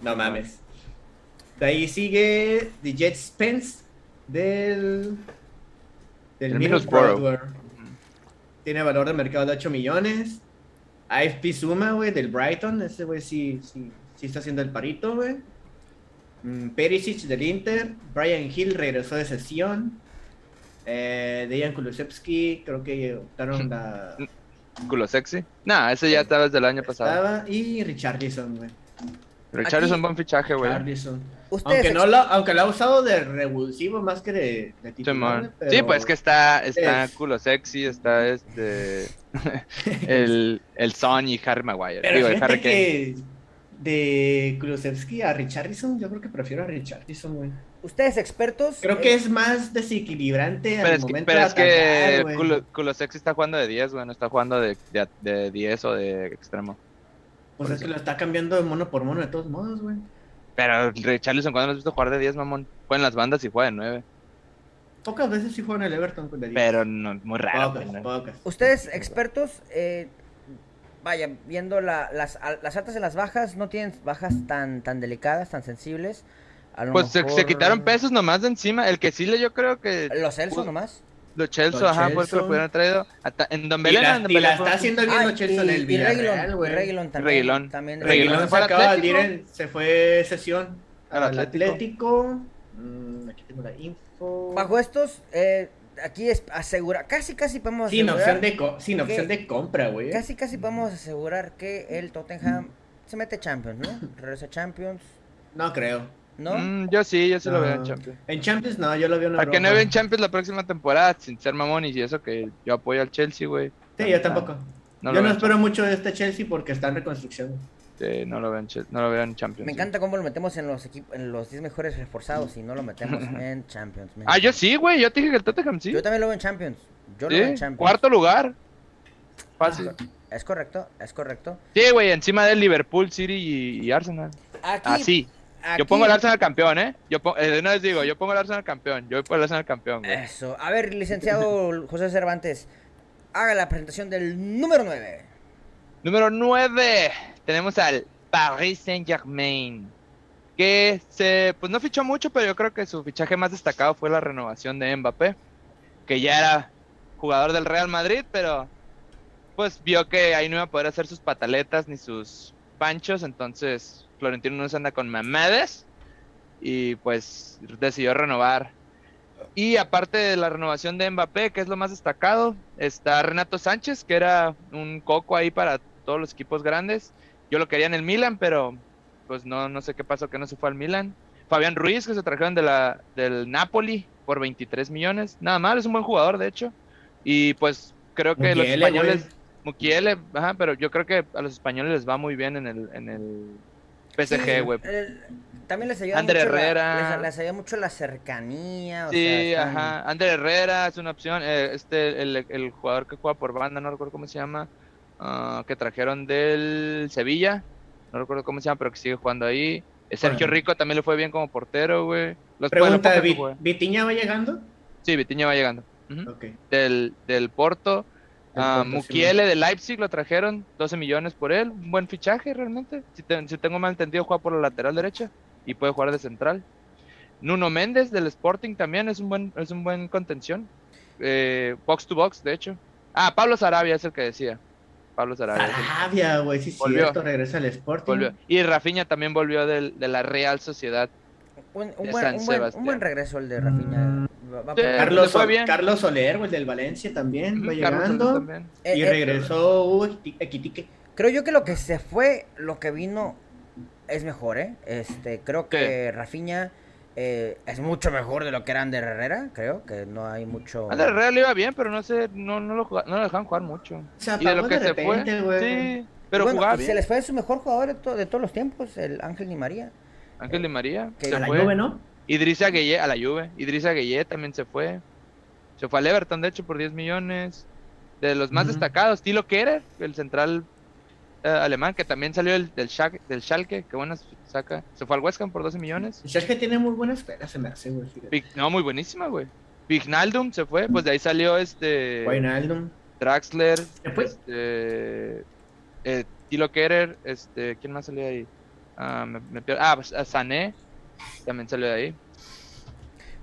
S3: No mames. De ahí sigue The Jet Spence del. del
S2: El
S3: Middlesbrough.
S2: Middlesbrough.
S3: güey. Tiene valor de mercado de 8 millones. IFP Zuma, güey, del Brighton. Ese güey sí, sí, sí está haciendo el parito, güey. Mm, Perisic del Inter. Brian Hill regresó de sesión. Eh, Dejan Kulusevski, creo que optaron la.
S2: Culo sexy. No, ese ya estaba desde el año pasado.
S3: Estaba. Y Richardson, güey.
S2: Richard es
S1: Aquí-
S2: un buen fichaje, güey.
S3: Richardson.
S1: Ustedes
S3: Aunque,
S1: ex-
S3: no lo, aunque lo ha usado de revulsivo más que de, de titular,
S2: Simón.
S3: güey,
S2: Sí,
S3: pero-
S2: pues que está, está
S3: Es-
S2: culo sexy, está
S3: *laughs*
S2: este el, el Son y Harry Maguire.
S3: Pero
S2: Digo, el
S3: fíjate
S2: Harry Kane.
S3: que de Kulusevski a Richardson, yo creo que prefiero a Richardson, güey.
S1: ustedes expertos.
S3: Creo
S1: eh,
S3: que es más desequilibrante al
S2: Pero es que,
S3: momento
S2: pero
S3: de
S2: es que
S3: atacar, güey.
S2: culo, Culo sexy está jugando de 10, güey, no está jugando de, de, de 10 o de extremo.
S3: Pues es que lo está cambiando de mono por mono de todos modos, güey.
S2: Pero Richarlison, ¿cuándo lo has visto jugar de 10, mamón? Juega en las bandas y juega de 9.
S3: Pocas veces sí juegan el Everton con el
S2: Pero no, muy raro.
S3: Pocas,
S2: güey, ¿no?
S3: pocas.
S1: Ustedes expertos, eh, vaya, viendo la- las, al- las altas y las bajas, no tienen bajas tan, tan delicadas, tan sensibles. A lo
S2: Pues se, se
S1: mejor- eh,
S2: quitaron pesos nomás de encima. El que sí le yo creo que
S1: Los Celso
S2: Pues-
S1: nomás.
S2: Lo Chelsea, ajá,
S3: Lo
S2: fue el que
S3: Chelsea.
S2: lo pudieron haber traído. Hasta- en Don
S3: Y
S2: Belén,
S3: la,
S2: en Don
S3: y la
S2: Belén fue-
S3: está haciendo bien
S1: Ah,
S3: los Chelsea
S1: y-
S3: en el
S1: y Reguilón,
S3: Villarreal, güey.
S1: y Reguilón también.
S2: Reguilón.
S1: También-
S2: Reguilón
S3: Reguilón se
S2: fue al
S3: acaba de ir,
S2: Atlético.
S3: en- se fue sesión
S2: Al
S3: al
S2: Atlético.
S3: Atlético. Mm, aquí tengo la info.
S1: Bajo estos, eh, aquí es asegura, casi casi podemos
S3: sin
S1: asegurar,
S3: opción de, co- sin
S1: que-
S3: opción de compra, güey.
S1: casi casi podemos asegurar que el Tottenham se mete Champions, ¿no? Regresa a Champions,
S3: No creo.
S1: ¿no?
S2: Mm, yo sí, yo sí lo
S1: Ah,
S2: veo en
S3: No.
S2: Champions.
S3: En Champions no, yo lo veo en
S2: Para
S3: Europa.
S2: que no vean Champions la próxima temporada, sin ser mamón y eso que yo apoyo al Chelsea, güey.
S3: Sí, yo tampoco.
S2: No lo
S3: yo no
S2: veo en
S3: espero mucho de este Chelsea porque está en reconstrucción.
S2: Sí, no lo veo en, Chel- no lo veo en Champions.
S1: Me
S2: sí.
S1: encanta cómo lo metemos en los equipos, en los 10 mejores reforzados y no lo
S2: *laughs*
S1: metemos en Champions. me
S2: Ah, yo
S1: encanta.
S2: sí, güey. Yo te dije que el Tottenham sí.
S1: Yo también lo veo en Champions. Yo lo
S2: Sí,
S1: veo en Champions. Ah.
S2: Cuarto lugar. Fácil.
S1: Es correcto, es correcto.
S2: Sí, güey, encima del Liverpool, City y, y Arsenal.
S1: Aquí,
S2: Así.
S1: aquí-
S2: Ah, Yo pongo el Arsenal campeón, ¿eh? Yo pongo, eh, de una vez digo, yo pongo el Arsenal campeón. Yo voy por el Arsenal campeón, güey.
S1: Eso. A ver, licenciado José Cervantes, haga la presentación del número 9.
S2: Número 9. Tenemos al Paris Saint-Germain. Que se, pues no fichó mucho, pero yo creo que su fichaje más destacado fue la renovación de Mbappé. Que ya era jugador del Real Madrid, pero pues vio que ahí no iba a poder hacer sus pataletas ni sus panchos. Entonces Florentino no se anda con mamades. Y pues decidió renovar. Y aparte de la renovación de Mbappé, que es lo más destacado, está Renato Sánchez, que era un coco ahí para todos los equipos grandes. Yo lo quería en el Milan, pero pues no, no sé qué pasó que no se fue al Milan. Fabián Ruiz, que se trajeron de la, del Napoli por 23 millones. Nada mal, es un buen jugador, de hecho. Y pues creo que los
S3: Mukiele, güey.
S2: españoles... Mukiele, ajá, pero yo creo que a los españoles les va muy bien en el, en el
S1: Sí, Ah,
S2: PSG, güey.
S1: el- también les ayuda
S2: Ander
S1: mucho la-
S2: Herrera.
S1: les, les ayuda mucho la cercanía. o sea,
S2: Sí,
S1: están-
S2: ajá. Ander Herrera es una opción. eh, este, el, el jugador que juega por banda, no recuerdo cómo se llama, ah, que trajeron del Sevilla. No recuerdo cómo se llama, pero que sigue jugando ahí. Eh, Sergio
S3: Bueno.
S2: Rico también le fue bien como portero, güey. Los bueno,
S3: Pregunta,
S2: pocos que
S3: ¿Vi-
S2: juegan.
S3: ¿Vitiña va llegando?
S2: eh. Sí, Vitiña va llegando. Ujú.
S3: Ok.
S2: Del, del Porto.
S3: Del
S2: Ah,
S3: Porto, sí,
S2: Mukiele de Leipzig lo trajeron, 12 millones por él. Un buen fichaje realmente. Si, te- si tengo mal entendido, juega por la lateral derecha y puede jugar de central. Nuno Méndez del Sporting también es un buen, es un buen contención. Eh, box to box, de hecho. Ah, Pablo Sarabia es el que decía. Pablo Sarabia. es el-
S3: Arabia, güey, sí,
S2: Volvió.
S3: cierto, regresa al Sporting.
S2: volvió. Eh, Y Rafinha también volvió del- de la Real Sociedad.
S1: Un, un buen,
S2: de San
S1: un, buen, un
S2: Sebastián.
S1: buen regreso el de Rafinha. Va- va por-
S2: Sí. Carlos
S3: Carlos,
S2: fue
S3: Sol-
S2: bien.
S3: Carlos Soler, güey, del Valencia también, va
S2: Mm, Carlos Soler
S3: llegando.
S2: también.
S1: Eh,
S3: Y
S1: eh,
S3: regresó Hugo Equi- Equitique.
S1: Creo yo que lo que se fue, lo que vino es mejor, ¿eh? Este, creo que Rafinha eh, es mucho mejor de lo que era Ander Herrera, creo que no hay
S3: Oh.
S1: mucho...
S2: Ander Herrera le iba bien, pero no sé, no, no lo, jugaba- no lo dejaban jugar mucho.
S3: Se apagó
S2: y de lo que
S3: de
S2: se
S3: repente,
S2: fue.
S3: güey.
S2: Sí, pero
S1: Bueno,
S2: jugaba
S1: y
S2: bien.
S1: se les fue su mejor jugador de, to- de todos los tiempos, el Ángel Di María.
S2: Ángel Di María
S1: que
S2: se
S3: A la
S2: fue.
S3: Juve, ¿no?
S2: Idrissa Gueye a la Juve. Idrissa Gueye también se fue. Se fue al Everton, de hecho, por 10 millones. De los más
S3: Ujú.
S2: destacados, Tilo Kehrer, el central eh, alemán, que también salió del, del, Schalke, del Schalke, que buenas saca. Se fue al West Ham por 12 millones.
S3: O sea, es que tiene muy buenas pelas, se me hace, güey. fíjate.
S2: Vig- no, muy buenísima, güey. Vignaldum se fue, pues de ahí salió este...
S3: Wijnaldum.
S2: Draxler,
S3: fue?
S2: este, eh, Tilo Kerer, este, ¿quién más salió de ahí? Ah, me, me pierdo. Ah, pues, ah, Sané, también salió de ahí.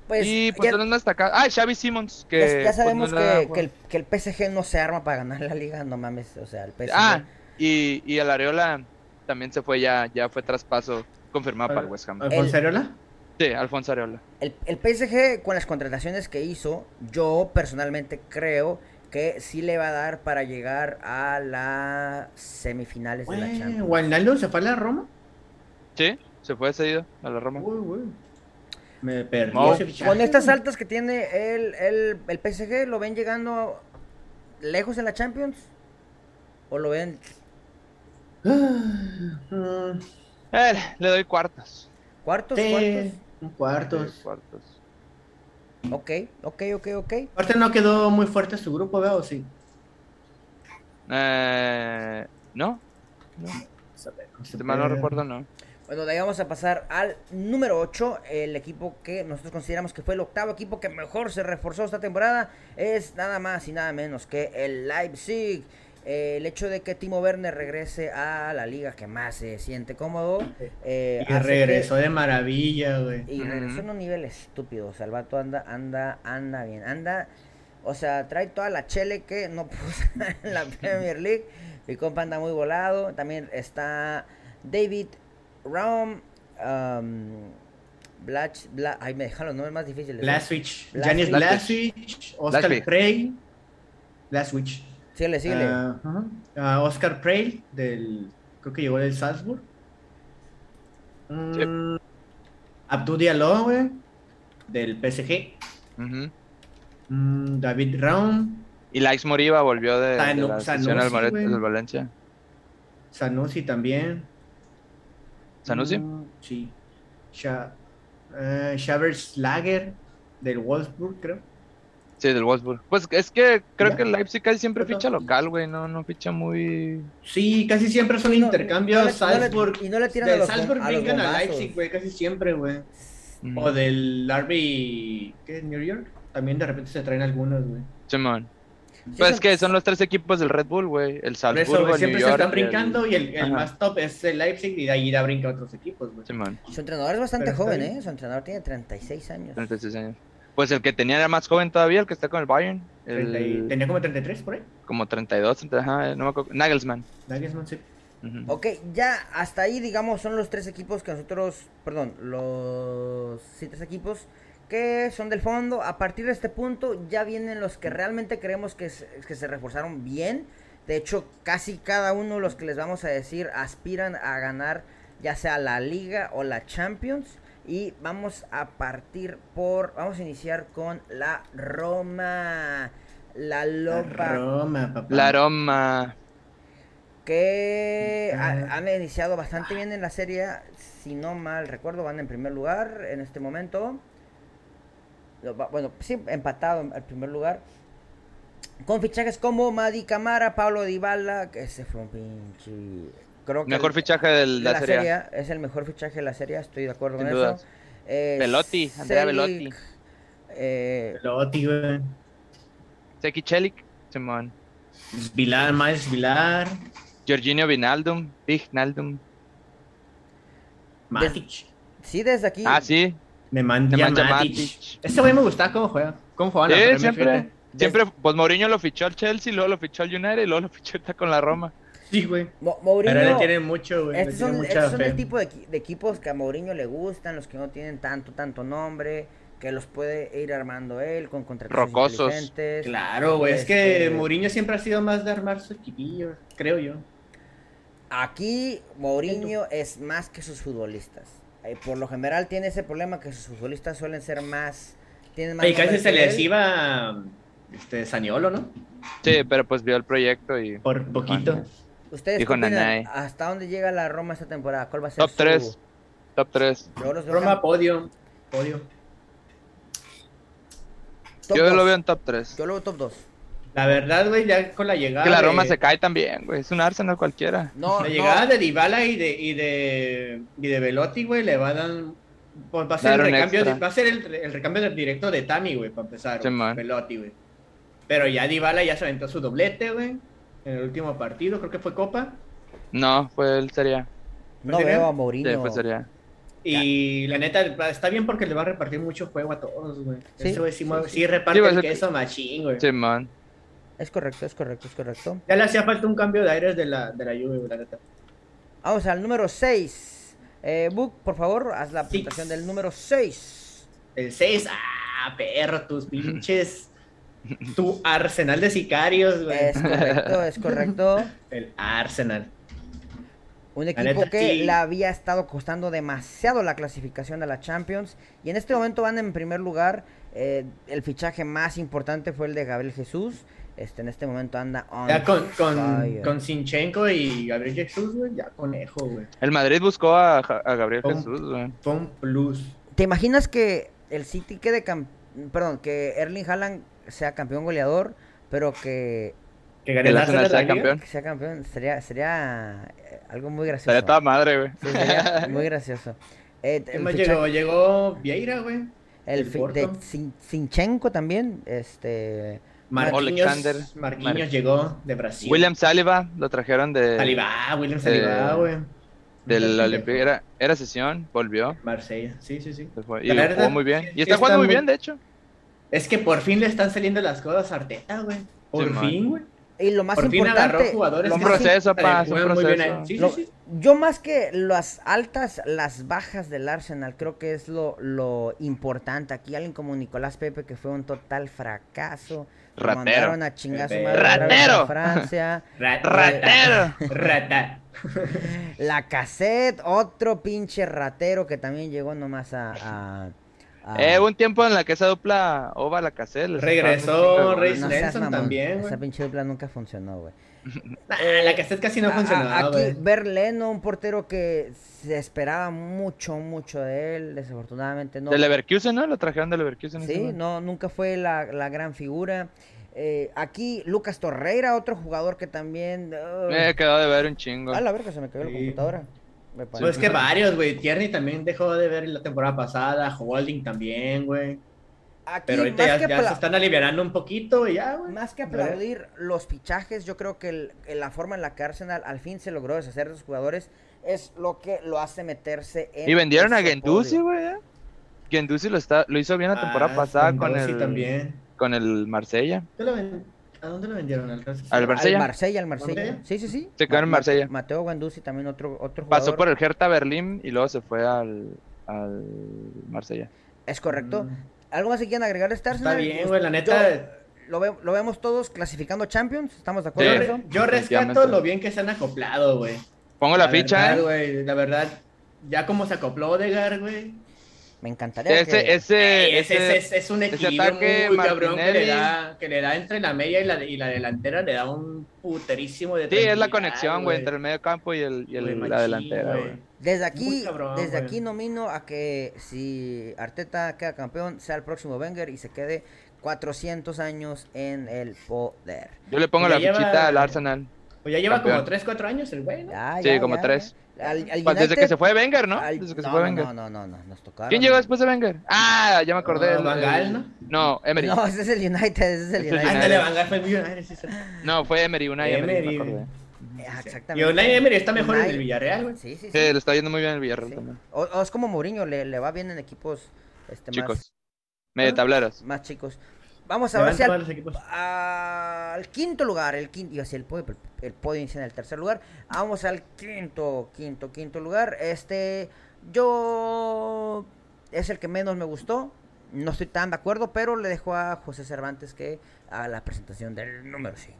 S1: Pues,
S2: y pues
S1: ya,
S2: son los más destacados. Ah, Xavi Simmons, que
S1: ya- ya
S2: pues,
S1: sabemos
S2: no le da-
S1: que, que el, que el PSG no se arma para ganar la liga, no mames, o sea, el PSG...
S2: Ah, y, y el Areola también se fue ya, ya fue traspaso confirmado
S3: Ah,
S2: para el West Ham.
S3: Alfonso Areola.
S2: Sí, Alfonso Areola.
S1: El, el PSG con las contrataciones que hizo, yo personalmente creo que sí le va a dar para llegar a las semifinales de la
S3: Güey,
S1: Champions.
S3: Wijnaldum se fue a la Roma.
S2: Sí, se fue cedido a la Roma.
S3: Uy, güey. Me perdí
S2: Mau.
S3: ese fichaje.
S1: Con estas
S3: güey.
S1: altas que tiene el, el, el PSG, ¿lo ven llegando lejos en la Champions? ¿O lo ven?
S3: *gasps* Ah, mm,
S2: Eh, le doy cuartos.
S1: ¿Cuartos?
S3: sí, un cuarto.
S2: Sí, cuartos.
S1: ¿Cuartos? Ok, ok, ok, ok.
S3: Aparte no quedó muy fuerte su grupo, veo, sí.
S2: Eh, no, no, si mal
S3: Eh,
S2: no recuerdo, no.
S1: Bueno, de ahí vamos a pasar al número 8, el equipo que nosotros consideramos que fue el octavo equipo que mejor se reforzó esta temporada, es nada más y nada menos que el Leipzig. Eh, el hecho de que Timo Werner regrese a la liga que más se siente cómodo. eh,
S3: Y
S1: hace que-
S3: regresó de maravilla, güey.
S1: Y regresó
S2: Ujú.
S1: en un nivel estúpido. O sea, el vato anda, anda, anda bien. Anda O sea, trae toda la chele que no *laughs* puso en la Premier League. Mi compa anda muy volado. También está David Raum. Um, Blatch, Bla- ay, me dejan los nombres más difíciles. ¿eh?
S3: Blaswich.
S1: Blaswich.
S3: Janis Blaswich. Oscar
S2: Blaswich.
S3: Prey. Blaswich.
S1: Síguele, síguele.
S3: Ah, ajá. Ah, Oscar Prey, del, creo que llegó del Salzburg. Mm, Abdou Diallo, güey, del PSG.
S2: Ujú.
S3: Mm, David Raum,
S2: Y Laix Moriba volvió de, de
S3: Sanu-
S2: la lesión
S3: Sanusi,
S2: al, Valen-
S3: güey.
S2: al Valencia.
S3: Sanusi también.
S2: ¿Sanusi?
S3: Mm, sí. Sha, eh, Schaberslager, del Wolfsburg, creo.
S2: Sí, del Wolfsburg. Pues es que creo
S3: Ya.
S2: que el Leipzig casi siempre
S3: Pero-
S2: ficha local, güey. No, no ficha muy.
S3: Sí, casi siempre son
S1: No,
S3: intercambios
S1: no le- no le-
S3: Salzburg.
S1: y no le tiran a
S3: del
S1: los bom-
S3: Salzburg
S1: a los
S3: brincan a
S1: bombazos.
S3: Leipzig, güey, casi siempre, güey.
S2: Ujú.
S3: O del Arby, ¿qué? New York. También de repente se traen algunos, güey.
S2: Simón.
S1: Sí,
S2: Pues
S1: son-
S2: es que son los tres equipos del Red Bull, güey. El
S3: Por
S2: Salzburg,
S3: eso, güey,
S2: el
S3: siempre
S2: New
S3: se
S2: York.
S3: están
S2: y el-
S3: brincando y el, el
S2: Ajá.
S3: más top es el Leipzig y de ahí da brinca a otros equipos, güey.
S2: Simón,
S1: Su entrenador es bastante
S3: Pero está
S1: joven,
S3: bien.
S1: ¿eh? Su entrenador tiene 36 años.
S2: 36 años. Pues el que tenía era más joven todavía, el que está con el Bayern. el-
S3: Treinta y- Tenía como 33 por ahí.
S2: como 32, ent- ajá, no me acuerdo. Nagelsmann.
S3: Nagelsmann, sí.
S2: Ujú.
S1: Ok, ya hasta ahí, digamos, son los tres equipos que nosotros, perdón, los sí, tres equipos que son del fondo. A partir de este punto ya vienen los que realmente creemos que se, que se reforzaron bien. De hecho, casi cada uno de los que les vamos a decir aspiran a ganar ya sea la Liga o la Champions. Y vamos a partir por, vamos a iniciar con la Roma, la Lopa.
S3: Roma, papá.
S2: La Roma.
S1: que ha-
S3: Ajá.
S1: han iniciado bastante bien en la serie. Si no mal recuerdo, van en primer lugar en este momento. Lo va- Bueno, sí, empatado en el primer lugar. Con fichajes como Madi Camara, Pablo Dybala, que ese fue un pinche... Creo que
S2: Mejor
S1: el-
S2: fichaje de la,
S1: de la
S2: serie. A.
S1: Serie A es el mejor fichaje de la serie, A, estoy de acuerdo
S2: Sin
S1: con
S2: dudas.
S1: eso. Eh,
S2: Velotti, Andrea
S1: Selic,
S2: Velotti.
S1: eh,
S3: Lotti, güey.
S2: Seki Celik. Simón.
S3: Vilar, Miles Vilar.
S2: Jorginho Vinaldum. Vignaldum.
S3: Matic.
S1: sí, desde aquí.
S2: Ah, sí.
S3: Me manda
S2: Nemanja
S3: Matic.
S2: Matic.
S3: Ese güey me gustaba cómo juega. Cómo jugaba en
S2: Sí,
S3: la Premier,
S2: siempre.
S3: fíjate.
S2: Siempre, pues Mourinho lo fichó al Chelsea, luego lo fichó al United y luego lo *laughs* fichó ahorita con la Roma.
S3: Sí, güey.
S1: Mo- Mourinho-
S3: Pero le tiene mucho, güey. Le
S1: Estos
S3: tiene
S1: Este son,
S3: mucha
S1: estos son
S3: fe.
S1: el tipo de, equi- de equipos que a Mourinho le gustan, los que no tienen tanto, tanto nombre, que los puede ir armando él con contrataciones
S2: Rocosos.
S1: inteligentes.
S3: Claro, güey. Es que
S1: Este-
S3: Mourinho siempre ha sido más de armar su equipillo, creo yo.
S1: Aquí Mourinho es más que sus futbolistas. Eh, por lo general tiene ese problema que sus futbolistas suelen ser más... Tienen más
S3: Y casi
S1: nombres
S3: se
S1: que
S3: les
S1: él.
S3: iba este, Saniolo, ¿no?
S2: Sí, pero pues vio el proyecto y.
S3: Por poquito.
S1: ¿Ustedes qué
S2: dijo
S1: opinan?
S2: Nanay.
S1: ¿Hasta dónde llega la Roma esta temporada? ¿Cuál va a ser
S2: Top
S1: su-
S2: 3. Top 3.
S1: Yo los veo
S3: Roma,
S1: cam-
S3: podio. Podio.
S1: top
S2: Yo lo
S1: dos.
S2: veo en top 3.
S1: Yo lo veo top 2.
S3: La verdad, güey, ya con la llegada.
S2: Que la
S3: de-
S2: Roma se cae también, güey. Es un Arsenal cualquiera.
S1: No,
S3: La
S1: Oh, no,
S3: llegada de Dybala y de, y de, y de Velotti, güey, le va a dar. pues va a ser,
S2: Dar
S3: el
S2: un
S3: recambio,
S2: extra.
S3: va a ser el, el recambio del directo de Tami, güey, para empezar.
S2: Sí,
S3: güey,
S2: man.
S3: Velotti, güey. Pero ya Dybala ya se aventó su doblete, güey. En el último partido, creo que fue Copa.
S2: No, fue el Sería.
S1: no
S3: ¿Sería?
S1: veo a
S2: Sí,
S1: Mourinho.
S2: fue Sería.
S3: Y la neta, va- está bien porque le va a repartir mucho juego a todos, güey.
S1: Sí,
S3: Eso, güey, sí,
S1: sí,
S3: mueve-
S1: sí.
S3: sí reparte
S2: Sí, va a
S3: el
S2: ser-
S3: queso machín, güey.
S2: Simón.
S1: Es correcto, es correcto, es correcto.
S3: Ya le hacía falta un cambio de aires de la, de la Juve, güey, la neta.
S1: Vamos al número 6. Eh, Book, por favor, haz la
S3: Six.
S1: presentación del número 6.
S3: El 6, ah, perro,
S2: *laughs*
S3: tus pinches. tu arsenal de sicarios, güey.
S1: Es correcto, es correcto.
S3: *laughs* El Arsenal.
S1: Un
S3: La
S1: equipo
S3: neta,
S1: que
S3: sí.
S1: le había estado costando demasiado la clasificación a la Champions. Y en este momento van en primer lugar. Eh, el fichaje más importante fue el de Gabriel Jesús. Este, en este momento anda on
S3: Ya con, con,
S1: fire.
S3: con Sinchenko y Gabriel Jesús, güey, ja conejo, güey.
S2: El Madrid buscó a, Ja- a Gabriel
S3: Un-
S2: Jesús, güey.
S3: Fue un plus.
S1: ¿Te imaginas que el City quede cam- Perdón, que Erling Haaland sea campeón goleador, pero que,
S2: Que
S3: Que ganó
S2: el Arsenal sea
S3: liga.
S2: campeón.
S1: que sea campeón? Sería, sería eh, algo muy gracioso.
S2: Sería toda madre, güey.
S1: Sí, sería *laughs* muy gracioso. Eh,
S3: ¿Quién
S1: el
S3: más
S1: fichaje-
S3: llegó? Llegó Vieira, güey.
S1: el
S3: el
S1: fi-
S3: Porto?
S1: de Sin- Sinchenko también, este...
S2: Alexander.
S3: Marquinhos, Marquinhos
S2: Mar-
S3: llegó de Brasil.
S2: William eh, Saliba lo trajeron de,
S3: Salivá, William Salivá, güey.
S2: del Olympique. Era, era sesión, volvió.
S3: Marsella, sí, sí, sí.
S2: se fue, y
S3: La verdad,
S2: jugó muy bien.
S3: sí,
S2: Y está
S3: sí
S2: jugando
S3: está
S2: muy
S3: muy-
S2: bien, de hecho.
S3: Es que por fin le están saliendo las cosas a Arteta, güey. Por
S2: Sí, man.
S3: fin, güey.
S1: Y lo más
S3: Por fin agarró
S1: importante,
S3: jugadores
S1: lo
S2: Un
S1: más
S2: proceso,
S3: que
S2: pa, es un
S3: juegan muy bien
S2: proceso.
S3: ahí. Sí, sí,
S1: Lo-
S3: sí.
S1: yo más que las altas, las bajas del Arsenal, creo que es lo, lo importante. Aquí alguien como Nicolás Pepe, que fue un total fracaso. Lo
S2: Ratero.
S1: mandaron a chingar a su
S3: Pepe.
S1: madre otra vez a
S2: Ratero. *laughs*
S1: Francia.
S3: Ra-
S2: ¡Ratero!
S3: Rata.
S1: La cassette, otro pinche ratero que también llegó nomás a... a- a-
S2: Eh, hubo un tiempo en la que esa dupla Ova la Casel.
S3: Regresó, Reis
S1: No seas
S3: Nelson
S1: mamón,
S3: también, güey.
S1: Esa pinche dupla nunca funcionó, güey.
S3: Ah, la cassette casi no
S1: A- a-
S3: funcionaba,
S1: ah, aquí
S3: güey.
S1: Berleno, un portero que se esperaba mucho, mucho de él, desafortunadamente no.
S2: De Leverkusen, ¿no? Lo trajeron de Leverkusen. ese,
S1: Sí,
S2: güey.
S1: no, nunca fue la, la gran figura. Eh, aquí Lucas Torreira, otro jugador que también... ah,
S2: Me he quedado Eh, de ver un chingo.
S1: a la verga, se me cayó
S3: Sí.
S1: la computadora. Me
S3: Pues
S1: parece.
S3: es que varios, güey. Tierney también dejó de ver la temporada pasada. Holding también, güey.
S1: Aquí,
S3: Pero ahorita
S1: más
S3: ya,
S1: que
S3: ya
S1: apla-
S3: se están aliviando un poquito, güey. Ya, güey.
S1: Más que
S3: ¿Verdad?
S1: aplaudir los fichajes, yo creo que el- el- la forma en la que Arsenal al fin se logró deshacer de sus jugadores es lo que lo hace meterse en.
S2: Y vendieron a
S1: ese
S2: Gendusi,
S1: podio.
S2: güey. ¿eh? Gendusi lo, está, lo hizo bien la temporada
S3: Ah,
S2: pasada
S3: sí,
S2: con
S3: sí,
S2: el,
S3: también.
S2: con el Marsella.
S3: ¿Qué lo ven- ¿A dónde lo vendieron? ¿Al Real
S2: Al
S3: Sociedad?
S1: Al
S2: Marsella.
S1: Marsella, al Marsella.
S3: ¿Marsella?
S1: Sí, sí, sí.
S2: Se quedó en
S1: Ma-
S2: Marsella.
S1: Mateo Gendusi también otro, otro jugador.
S2: Pasó por el Hertha Berlín y luego se fue al, al Marsella.
S1: Es correcto.
S3: Mm.
S1: ¿Algo más que quieran agregar de este
S3: Está
S1: Arsenal?
S3: bien,
S1: Pues,
S3: güey. La
S1: yo-
S3: neta,
S1: lo, ve- lo vemos todos clasificando Champions. ¿Estamos de
S3: yo,
S1: acuerdo
S2: Sí.
S1: en
S3: re-
S1: eso?
S3: yo rescato
S2: Definitivamente.
S3: lo bien que se han acoplado, güey.
S2: Pongo la, ficha,
S3: verdad,
S2: ¿eh?
S3: güey, La verdad, ya como se acopló Odegaard, güey.
S1: Me encantaría. que-
S2: Ese, ese,
S3: Ey, ese-
S2: ese-
S3: ese- es un
S2: ese
S3: equilibrio
S2: ataque,
S3: muy cabrón que le,
S2: Martinelli.
S3: da, que le da entre la media y la, y la delantera, le da un puterísimo de
S2: Sí, es la
S3: tranquilidad,
S2: conexión, güey, entre el medio campo y, el, y el-
S3: Güey,
S2: la
S3: machín,
S2: delantera,
S3: güey.
S2: güey.
S1: Desde
S3: Muy
S1: aquí,
S3: cabrón,
S1: desde
S3: güey.
S1: aquí nomino a que si Arteta queda campeón, sea el próximo Wenger y se quede 400 años en el poder.
S2: Yo le pongo
S3: Ya
S2: la
S3: lleva-
S2: fichita al Arsenal.
S3: Pues ya lleva
S2: Campeón.
S3: como 3, 4 años el güey, ¿no?
S1: Ya,
S2: Sí,
S1: ya,
S2: como
S1: ya,
S2: tres.
S1: ya. Al- al
S2: Pues desde
S1: United-
S2: que se fue Wenger, ¿no?
S1: al-
S2: Desde que se
S1: no,
S2: fue
S1: no,
S2: Wenger.
S1: No, no, no, no, nos tocaron.
S2: ¿Quién llegó después de Wenger? Ah, ya me acordé.
S3: Ah,
S2: el-
S3: Van Gaal, ¿no?
S2: No, Emery.
S1: No, ese es el United, ese es el
S2: Ese es
S1: United.
S3: Ándale, Van Gaal fue muy United. sí, sí.
S2: No, fue Emery, una Emery,
S3: Emery,
S2: me acordé.
S3: güey.
S1: Ah,
S3: Y
S1: Exactamente.
S3: Unai Emery está mejor en
S1: Unai-
S3: el Villarreal, güey.
S1: Sí, sí, sí.
S2: Sí, le está yendo muy bien el Villarreal
S1: sí.
S2: también.
S1: O, o es como Mourinho, le, le va bien en equipos este,
S2: Chicos. Medio tableros.
S1: Más, más chicos. Vamos a ver
S3: Ahora
S1: si al
S3: todos los equipos.
S1: al quinto lugar, el quinto, iba a decir el podio, pero el podio inicia en el tercer lugar. Vamos al quinto, quinto, quinto lugar. Este, yo es el que menos me gustó. No estoy tan de acuerdo, pero le dejo a José Cervantes que a la presentación del número 5.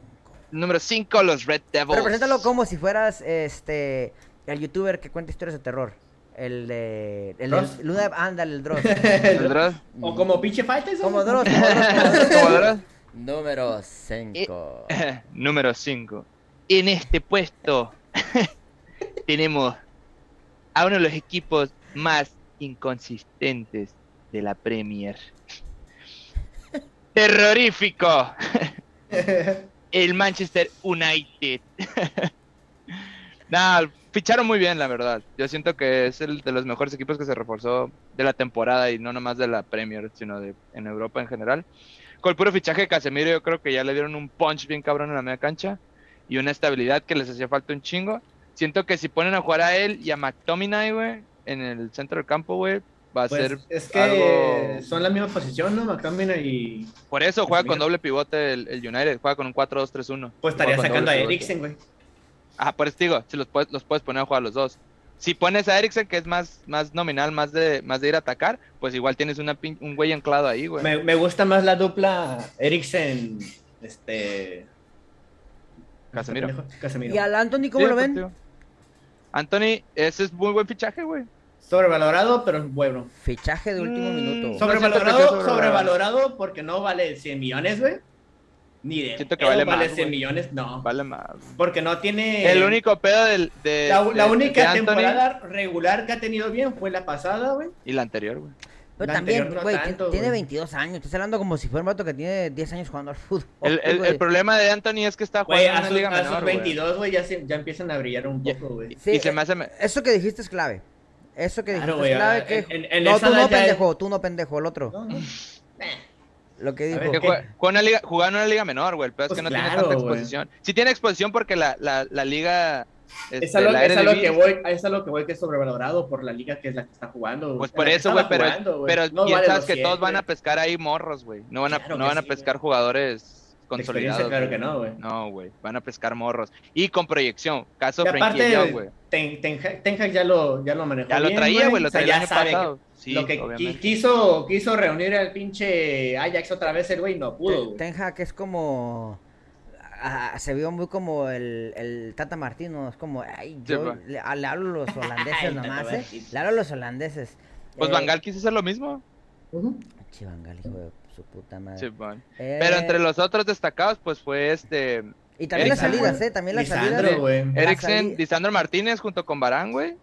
S2: Número 5, los Red Devils.
S1: Pero preséntalo como si fueras este el youtuber que cuenta historias de terror. El de. El de
S3: ¿Dross?
S1: Luna, ándale, el
S3: *laughs*
S1: Dross.
S2: El Dross.
S3: O como pinche falta, eso.
S1: como
S3: *laughs*
S1: Dross.
S2: ¿Cómo, Dross?
S1: Número 5.
S2: *laughs* Número 5. En este puesto *laughs* tenemos a uno de los equipos más inconsistentes de la Premier. Terrorífico.
S3: Pues
S2: El Manchester United. *laughs* Nah, ficharon muy bien, la verdad. Yo siento que es el de los mejores equipos que se reforzó de la temporada y no nomás de la Premier, sino de en Europa en general. Con el puro fichaje de Casemiro, yo creo que ya le dieron un punch bien cabrón en la media cancha y una estabilidad que les hacía falta un chingo. Siento que si ponen a jugar a él y a McTominay, güey, en el centro del campo, güey, va a
S3: Pues
S2: ser.
S3: es que
S2: algo-
S3: son la misma posición, ¿no? McTominay y.
S2: Por eso juega con
S3: Casemiro.
S2: doble pivote el, el United, juega con un 4-2-3-1.
S3: Pues
S2: Juega
S3: estaría
S2: con
S3: sacando a
S2: doble pivote.
S3: Eriksen, güey.
S2: Ajá, por eso te digo, si los puedes, los puedes poner a jugar los dos. Si pones a Eriksen, que es más, más nominal, más de, más de ir a atacar, pues igual tienes una pin- un güey anclado ahí, güey.
S3: Me, me gusta más la dupla Eriksen. Este.
S2: Casemiro.
S3: Casemiro.
S1: ¿Y al Anthony
S2: Sí,
S1: cómo lo ven?
S2: contigo. Anthony, ese es muy buen fichaje, güey.
S3: Sobrevalorado, pero bueno.
S1: Fichaje de último
S2: Mm,
S1: minuto.
S2: so-
S3: Sobrevalorado,
S2: No siento que sea sobrevalorado.
S3: sobrevalorado porque no vale 100 millones, güey. Ni de.
S2: Siento que
S3: pedo
S2: vale más,
S3: 100
S2: güey.
S3: millones, no.
S2: Vale más.
S3: Porque no tiene.
S2: El único pedo del, de,
S3: Eh, La, la
S2: de- de
S3: única
S2: Anthony
S3: temporada regular que ha tenido bien fue la pasada, güey.
S2: Y la anterior, güey.
S1: Pero
S3: la
S1: también,
S3: anterior no
S1: güey, ti-
S3: tanto,
S1: tiene
S3: güey.
S1: 22 años. Estás hablando como si fuera un vato que tiene 10 años jugando al fútbol.
S2: El, el-
S1: güey.
S2: el problema de Anthony es que está jugando
S3: Güey,
S2: en
S3: a,
S2: una
S3: sus-
S2: liga
S3: a sus
S2: menor, güey.
S3: 22, güey, ya, se- ya empiezan a brillar un
S2: Ya-
S3: poco, güey.
S1: Sí,
S2: y se me hace... me-
S1: Eso que dijiste es clave. Eso que dijiste
S3: Claro, güey,
S1: es clave.
S3: ah,
S1: que...
S3: en- en- en
S1: no,
S3: esa
S1: tú no,
S3: edad ya es-
S1: pendejo. Tú no, pendejo. El otro.
S3: No, no.
S1: Lo que
S3: A
S1: dijo.
S3: ver,
S2: Que
S3: ¿qué?
S2: juega, juega una liga, jugaba en una liga menor, güey. El pedo es
S3: Pues
S2: que no
S3: claro,
S2: tiene tanta
S3: güey.
S2: exposición. Sí tiene exposición porque la, la, la liga Este,
S3: es a lo,
S2: la
S3: es a lo
S2: RDB,
S3: que voy, es a lo que voy que es sobrevalorado por la liga que es la que está jugando.
S2: Pues
S3: en
S2: por
S3: la que
S2: eso,
S3: estaba
S2: güey, pero,
S3: jugando, güey.
S2: pero
S3: No vale
S2: piensas que
S3: 200,
S2: todos van a
S3: güey.
S2: pescar ahí morros, güey. No van a,
S3: Claro
S2: no
S3: que
S2: van a
S3: sí,
S2: pescar
S3: güey.
S2: jugadores
S3: De experiencia,
S2: consolidados.
S3: claro
S2: güey.
S3: que no, güey.
S2: No, güey, van a pescar morros. Y con proyección, caso
S3: Y
S2: Frankie de Jong, güey.
S3: aparte, Ten, Ten Hag- Ten Hag ya lo, ya lo manejó.
S2: Ya lo
S3: bien,
S2: traía, güey, lo
S3: O sea,
S2: traía
S3: ya
S2: el año
S3: sabe
S2: pasado. Sí,
S3: lo que qui-
S2: obviamente.
S3: quiso, quiso reunir al pinche Ajax otra vez el güey no pudo. güey.
S1: Ten Hag es como. ah, se vio muy como el, el Tata Martino. Es como. Ay, yo
S2: pa.
S1: le, ah, le
S2: *laughs*
S1: hablo a los holandeses
S3: El Tata
S1: nomás, ¿eh?
S3: Martino.
S1: Le hablo a los holandeses.
S2: Pues
S1: Eh,
S2: Van Gaal quiso hacer lo mismo.
S3: Ujú.
S1: Che, Van Gaal, hijo de su puta madre.
S2: Sí, man.
S1: Eh,
S2: Pero entre los otros destacados, pues fue este
S1: Y también las
S3: Eriksen,
S1: salidas,
S3: güey.
S1: ¿eh? También las
S3: Lisandro,
S1: salidas.
S3: güey.
S1: La
S2: Eriksen,
S1: salida-
S2: Lisandro Martínez junto con Barán, güey.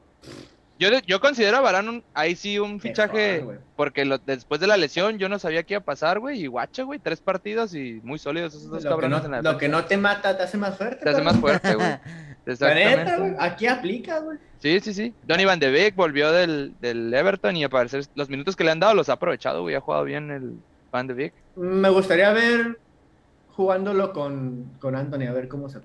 S2: Yo, yo considero a Barán un- ahí sí un fichaje,
S3: Mejor, güey.
S2: porque lo- después de la lesión yo no sabía qué iba a pasar, güey. Y guacha, güey, tres partidos y muy sólidos esos dos
S3: Lo que,
S2: cabrones
S3: no,
S2: en la
S3: lo que no te mata te hace más fuerte.
S2: Te hace más
S3: cabrón.
S2: fuerte, güey. *laughs*
S3: La neta,
S2: Exactamente.
S3: güey. Aquí aplica, güey.
S2: Sí, sí, sí. Donny Van de Beek volvió del, del Everton y aparecer los minutos que le han dado los ha aprovechado, güey. Ha jugado bien el Van de Beek.
S3: Me gustaría ver jugándolo con, con Anthony, a ver cómo se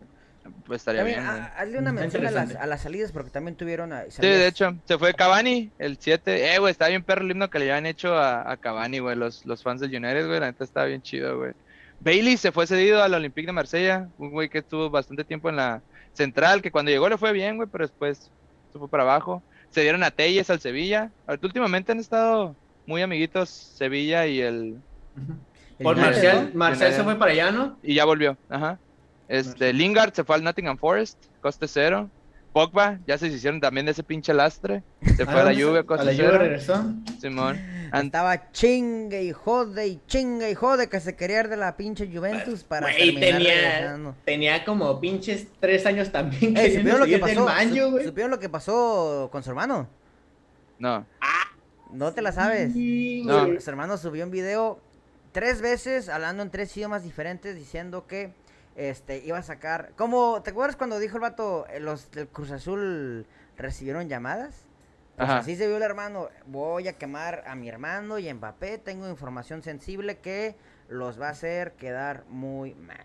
S2: Pues estaría
S1: También,
S2: bien,
S1: ah,
S2: güey.
S1: hazle una
S3: Está
S1: mención a las,
S3: interesante.
S1: a las salidas porque también tuvieron ah,
S2: Sí, de
S1: salidas.
S2: hecho, se fue Cavani, el 7. Eh, güey, está bien perro el himno que le habían hecho a, a Cavani, güey, los, los fans del United, güey, la neta está bien chido, güey. Bailey se fue cedido al Olympique de Marsella, un güey que estuvo bastante tiempo en la central, que cuando llegó le fue bien, güey, pero después se fue para abajo. Se dieron a Telles al Sevilla. Ahorita últimamente han estado muy amiguitos Sevilla y el...
S1: El
S3: Por
S1: United,
S3: Marcial,
S1: ¿no?
S3: Marcial se
S2: United.
S3: fue para allá, ¿no?
S2: Y ya volvió, ajá. Este, Lingard se fue al Nottingham Forest, coste cero. Pogba, ya se hicieron también de ese pinche lastre. Se fue a la lluvia,
S3: Ah, A
S2: coste
S3: la Juve
S2: cero.
S3: regresó.
S2: Simón. Ant-
S1: Andaba chingue y jode y chingue y jode que se quería ir de la pinche Juventus para
S3: Pues, Güey,
S1: terminar
S3: tenía,
S1: regresando.
S3: tenía como pinches tres años también.
S1: Ey,
S3: queriendo
S1: ¿supieron Eh, lo que
S3: salir del
S1: pasó?
S3: Manjo,
S1: Su-
S3: güey.
S1: ¿Supieron lo que pasó con su hermano?
S2: No.
S1: No te la sabes.
S3: Sí,
S2: No.
S3: güey.
S1: Su hermano subió un video tres veces hablando en tres idiomas diferentes diciendo que este iba a sacar. Como, ¿te acuerdas cuando dijo el vato eh, los del Cruz Azul recibieron llamadas? Pues
S2: Ajá.
S1: así se vio el hermano. Voy a quemar a mi hermano y a Mbappé. Tengo información sensible que los va a hacer quedar muy mal.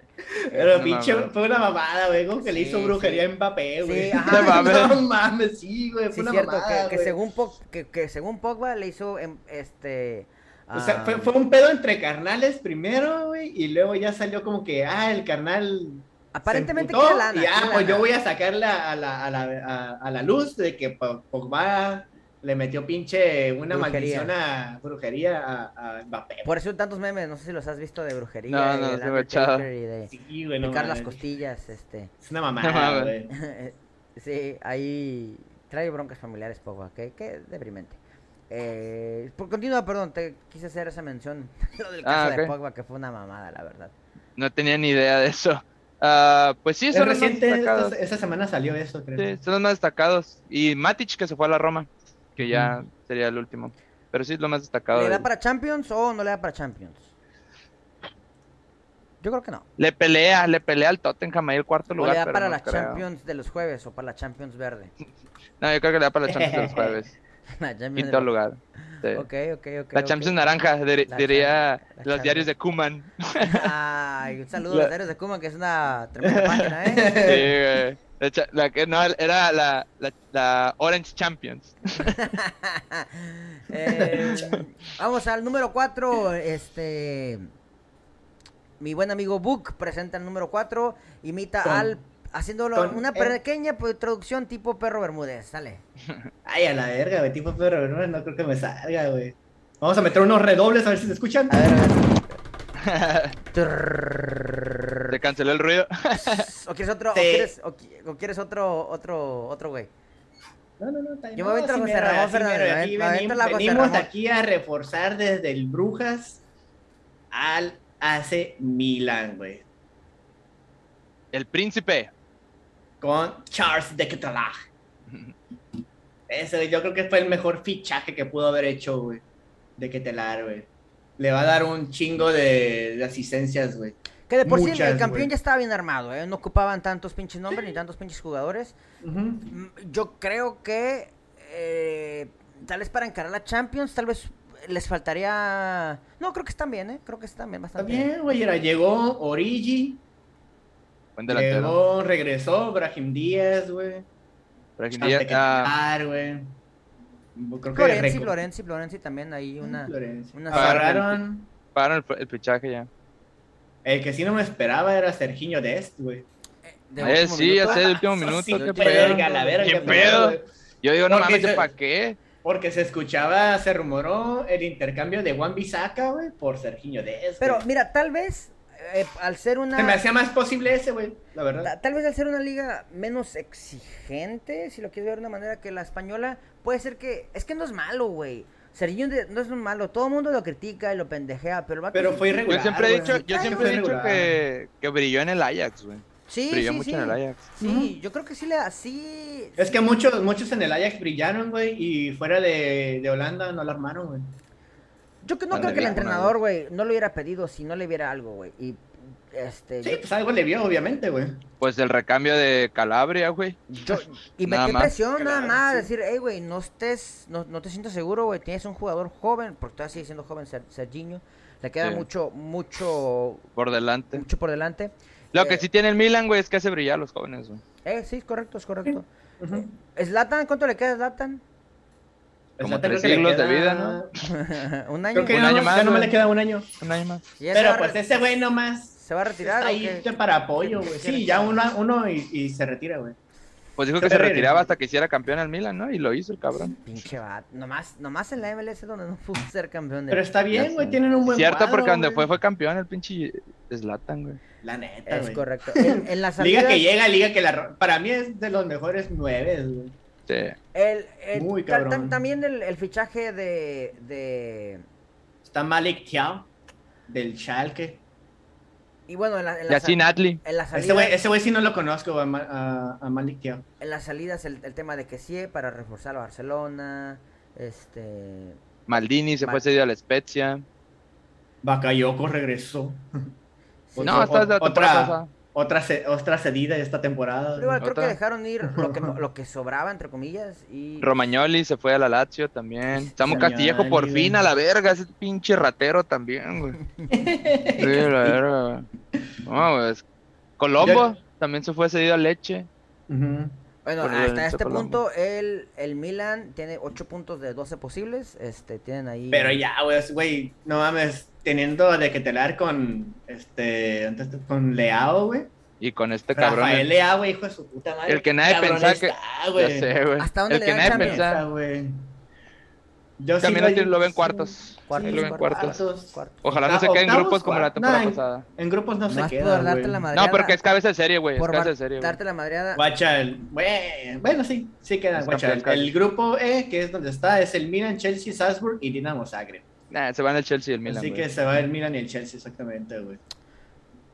S3: Pero
S2: No
S3: pinche,
S2: mames.
S3: fue una mamada, güey, como que le
S1: Sí,
S3: hizo brujería
S1: sí.
S3: en Mbappé, Eh, güey.
S1: Sí, ajá.
S2: No mames.
S3: *laughs* No mames, sí, güey, fue
S1: Sí,
S3: una
S1: cierto,
S3: mamada,
S1: que, que
S3: güey.
S1: según Pog- que, que según Pogba le hizo em, este. ah,
S3: O sea, fue,
S1: am,
S3: fue un pedo entre carnales primero, güey, y luego ya salió como que, ah, el carnal
S1: aparentemente
S3: se emputó,
S1: que lana.
S3: y ah,
S1: quiere
S3: pues
S1: lana.
S3: yo voy a sacarla a la, a la, a, a la luz de que Po- Pogba le metió pinche una
S1: Brujería.
S3: maldición a brujería a, a Mbappé.
S1: Por eso tantos memes, no sé si los has visto de brujería.
S2: No,
S1: y
S2: no,
S1: del
S2: sí me he echado.
S1: Undertaker y de
S3: Sí, güey, no
S1: picar las
S3: mames.
S1: costillas, este. *laughs*
S3: Es una
S2: No
S3: mamada,
S2: mames.
S3: güey.
S1: sí, ahí trae broncas familiares, Pogba, que qué deprimente. Eh, por, continúa, perdón, te quise hacer esa mención. *laughs* Lo del caso
S2: Ah,
S1: de
S2: ok.
S1: Pogba, que fue una mamada, la verdad.
S2: No tenía ni idea de eso. Ah, pues sí,
S3: Es
S2: son los más
S3: reciente, esta,
S2: destacados.
S3: esta semana salió eso, creo.
S2: Sí, son los más destacados. Y Matic que se fue a la Roma, que ya sería el último. Pero sí es lo más destacado.
S1: ¿Le da
S2: del-
S1: para Champions o no le da para Champions? Yo creo que no.
S2: Le pelea, le pelea al Tottenham ahí el cuarto
S1: O
S2: lugar.
S1: le da
S2: pero
S1: para
S2: no
S1: la
S2: creo.
S1: Champions de los jueves o para la Champions verde. *laughs* Ah,
S2: No, yo creo que le da para la Champions de los jueves.
S1: la Champions de
S2: Quinto
S1: los-
S2: lugar. Sí.
S1: Ok, ok, ok.
S2: la
S1: ok.
S2: Champions naranja, dir-
S1: La Champions,
S2: diría
S1: la
S2: los
S1: Champions.
S2: diarios de Kuman.
S1: Ay, un saludo a
S2: La-
S1: los diarios de Kuma, que es una tremenda página, ¿eh?
S2: *laughs* La, cha- la que no, era la, la- la Orange Champions.
S1: *laughs* Eh, vamos al número 4. Este. Mi buen amigo Book presenta el número 4. Imita
S3: Con-
S1: al. Haciéndolo
S3: con-
S1: una
S3: eh.
S1: pequeña pues, introducción tipo perro Bermúdez. Sale.
S3: Ay, a la verga, güey, tipo perro, no, no creo que me salga, güey. Vamos a meter unos redobles a ver si se escuchan.
S1: A ver, a ver.
S2: Se canceló el ruido.
S1: *laughs* ¿O quieres otro?
S3: Sí.
S1: ¿O quieres, o qui- o quieres otro, otro, otro güey?
S3: No, no, no, está bien.
S1: Yo me
S3: No,
S1: avento la
S3: sí,
S1: José
S3: mira,
S1: Ramón
S3: sí,
S1: Fernández,
S3: mira,
S1: me
S3: aquí
S1: aven- me avento
S3: venim-
S1: la José
S3: Venimos
S1: Ramón.
S3: aquí a reforzar desde el Brujas al AC Milan, güey.
S2: El príncipe.
S3: Con Charles de Catalá. Ese, güey, yo creo que fue el mejor fichaje que pudo haber hecho, güey. De Ketelar, güey. Le va a dar un chingo de, de asistencias, güey.
S1: Que de por sí el- el
S3: Muchas,
S1: campeón
S3: güey.
S1: ya estaba bien armado, ¿eh? No ocupaban tantos pinches nombres ni tantos pinches jugadores.
S3: Ujú.
S1: Mm, Yo creo que eh, tal vez para encarar la Champions, tal vez les faltaría. No, creo que están bien, ¿eh? Creo que están bien,
S3: Está
S1: bastante bien.
S3: bien, güey. Era, llegó Origi.
S2: Buen delantero.
S3: Llegó, regresó, Brahim Díaz, güey.
S2: Brahim
S3: Chante
S2: Díaz,
S3: que
S2: ah,
S3: tar, güey. Creo que Mm,
S1: Florenzi,
S3: recu-
S1: Florenzi, Florenzi también hay una.
S3: Florenzi.
S1: una-
S3: Agarraron.
S2: pagaron el, el fichaje ya.
S3: El que sí no me esperaba era Serginho Dest, güey.
S1: de
S2: Eh,
S1: último
S2: sí, ya
S1: minuto.
S2: sé, de último minuto.
S3: Sí,
S2: qué
S1: qué
S2: pedo.
S3: verga, la verga,
S2: ¿Qué
S3: qué
S2: pedo?
S3: güey.
S2: Yo digo, no
S3: Porque
S2: mames,
S3: se-
S2: ¿para qué?
S3: Porque se escuchaba, se rumoró el intercambio de Juan Bisaca, güey, por Serginho Dest.
S1: Pero
S3: güey.
S1: mira, tal vez eh, al ser una.
S3: se me hacía más posible ese, güey, la verdad.
S1: Ta- Tal vez al ser una liga menos exigente, si lo quieres ver de una manera que la española, puede ser que. Es que no es malo, güey. Sergio de- no es un malo. Todo el mundo lo critica y lo pendejea, pero el vato
S3: Pero
S1: sí-
S3: fue irregular.
S2: Yo siempre he
S3: güey.
S2: dicho, yo
S1: Claro,
S2: siempre he dicho
S3: regular.
S2: que, que brilló en el Ajax, güey.
S1: Sí,
S2: Brilló
S1: sí,
S2: mucho
S1: sí.
S2: en el Ajax.
S1: Sí, yo creo que sí le así.
S3: Es que muchos, muchos en el Ajax brillaron, güey, y fuera de, de Holanda no lo armaron, güey.
S1: Yo que no
S2: Cuando
S1: creo que el
S2: viene con
S1: entrenador, güey, no lo hubiera pedido si no le viera algo, güey. Y este
S3: Sí, pues algo le vio, obviamente, güey.
S2: Pues el recambio de Calabria, güey.
S1: yo, yo- y
S2: Nada
S1: metí
S2: más.
S1: presión nada
S3: Claro,
S1: más,
S3: sí.
S1: decir, hey güey, no estés, no, no te siento seguro, güey, tienes un jugador joven, porque todavía sigue siendo joven Ser- Serginho, le queda
S2: Sí.
S1: mucho, mucho,
S2: Por delante.
S1: mucho por delante.
S2: Lo
S1: Eh,
S2: que sí tiene el Milan, güey, es que hace brillar a los jóvenes, güey.
S1: Eh, sí, es correcto, es correcto.
S3: Ujú.
S1: ¿Zlatan? ¿Cuánto le queda a Zlatan?
S2: Como
S3: Zlatan
S2: tres
S3: creo que le
S2: siglos de
S3: queda-
S2: vida, ¿no?
S1: *laughs* ¿Un año?
S3: Creo que
S2: Un
S3: no,
S2: año
S3: ya
S2: más,
S3: no me
S2: güey.
S3: le queda un año.
S2: Un año más.
S1: ¿Y ya se va
S3: Pero
S1: a
S3: pues
S1: re-
S3: ese güey nomás
S1: ¿Se va a retirar
S3: está
S1: o
S3: ahí
S1: qué?
S3: para apoyo, güey.
S1: ¿Quiere
S3: Sí, ya
S1: que-
S3: uno, uno y, y se retira, güey.
S2: Pues dijo
S3: Creo
S2: que se
S3: que
S2: retiraba
S3: regresó.
S2: hasta que hiciera campeón al Milan, ¿no? Y lo hizo el cabrón.
S1: Pinche bat. Nomás, nomás en la MLS donde no pudo ser campeón de...
S3: Pero está bien,
S2: sé.
S3: güey, tienen un buen
S2: Cierto,
S3: cuadro,
S2: porque donde
S3: güey.
S2: fue fue campeón el pinche Zlatan, güey.
S3: La neta,
S1: Es
S3: güey. *laughs*
S1: correcto. En, en las
S3: Liga
S1: salidas...
S3: que llega, liga que la... ro- Para mí es de los mejores nueve, güey.
S2: Sí.
S1: el, el-
S3: Muy
S1: ta-
S3: cabrón.
S1: tam- también el, el fichaje de... de...
S3: Está Malik Thiaw, del Chalke.
S1: Y bueno, en, la- en
S2: Y
S1: las
S2: así Natli.
S1: en las
S3: Ese Este güey,
S1: salidas,
S3: ese güey sí no lo conozco, güey, a, Ma- a- a Malik Thiaw.
S1: en las salidas el, el tema de que sí, para reforzar a Barcelona, este...
S2: Maldini se
S1: Mal-
S2: fue cedido a la Spezia.
S3: Bakayoko regresó.
S1: sí,
S2: No,
S3: Otro-
S2: hasta la
S3: otra-
S2: temporada pasada.
S3: Otra, ce- otra cedida esta temporada.
S1: Pero igual creo
S2: Otra.
S1: que dejaron ir lo que, lo que sobraba, entre comillas, y...
S2: Romagnoli se fue a la Lazio también. Samu
S3: Romagnoli,
S2: Castillejo por fin
S3: güey.
S2: a la verga. Ese pinche ratero
S1: *laughs*
S2: también, güey. Sí, la verga. güey. No, güey, es- Colombo también se fue cedido a Leche.
S3: Ujú.
S1: Bueno,
S2: Por
S1: hasta
S2: Lorenzo
S1: este
S2: Colombo.
S1: punto el, el Milan tiene 8 puntos de 12 posibles. Este, tienen ahí.
S3: Pero ya, güey, es- güey, no mames, teniendo de que telar con, este, antes- con Leao, güey.
S2: Y con este cabrón.
S3: Rafael
S2: el-
S3: Leao, güey, hijo de su puta madre.
S2: El que nadie
S3: cabrón
S2: pensaba que-
S3: está,
S2: ya
S3: güey.
S2: sé, güey.
S1: ¿Hasta dónde
S2: El
S1: le
S2: que
S1: dan
S2: nadie
S1: Champions?
S3: Esa,
S2: pensaba.
S3: güey. Yo sí
S2: También
S3: lo-
S2: lo, tiene- lo ven
S3: sí,
S2: cuartos.
S1: Cuartos,
S2: Sí, lo ven
S1: cuartos.
S2: cuartos.
S1: Cuarto.
S2: Ojalá no
S3: Ah,
S2: se quede en
S3: octavos,
S2: grupos como la
S3: cuartos.
S2: temporada
S3: Nah,
S2: pasada.
S3: En grupos no
S1: Nomás
S3: se
S1: por
S3: queda,
S1: darte
S3: güey.
S1: la madreada.
S2: No, porque es cabeza de serie, güey. Es
S1: por
S2: cabeza
S1: bar-
S2: de serie. güey.
S1: darte la madreada.
S3: Guacha, el- güey, bueno, sí, sí queda,
S2: Es
S3: guacha. El,
S2: campeón,
S3: el grupo E, que es donde está, es el Milan, Chelsea, Salzburg y Dinamo Zagreb.
S2: Nah, se van el Chelsea y el Milan.
S3: Así
S2: güey.
S3: que se va el Milan y el Chelsea, exactamente, güey.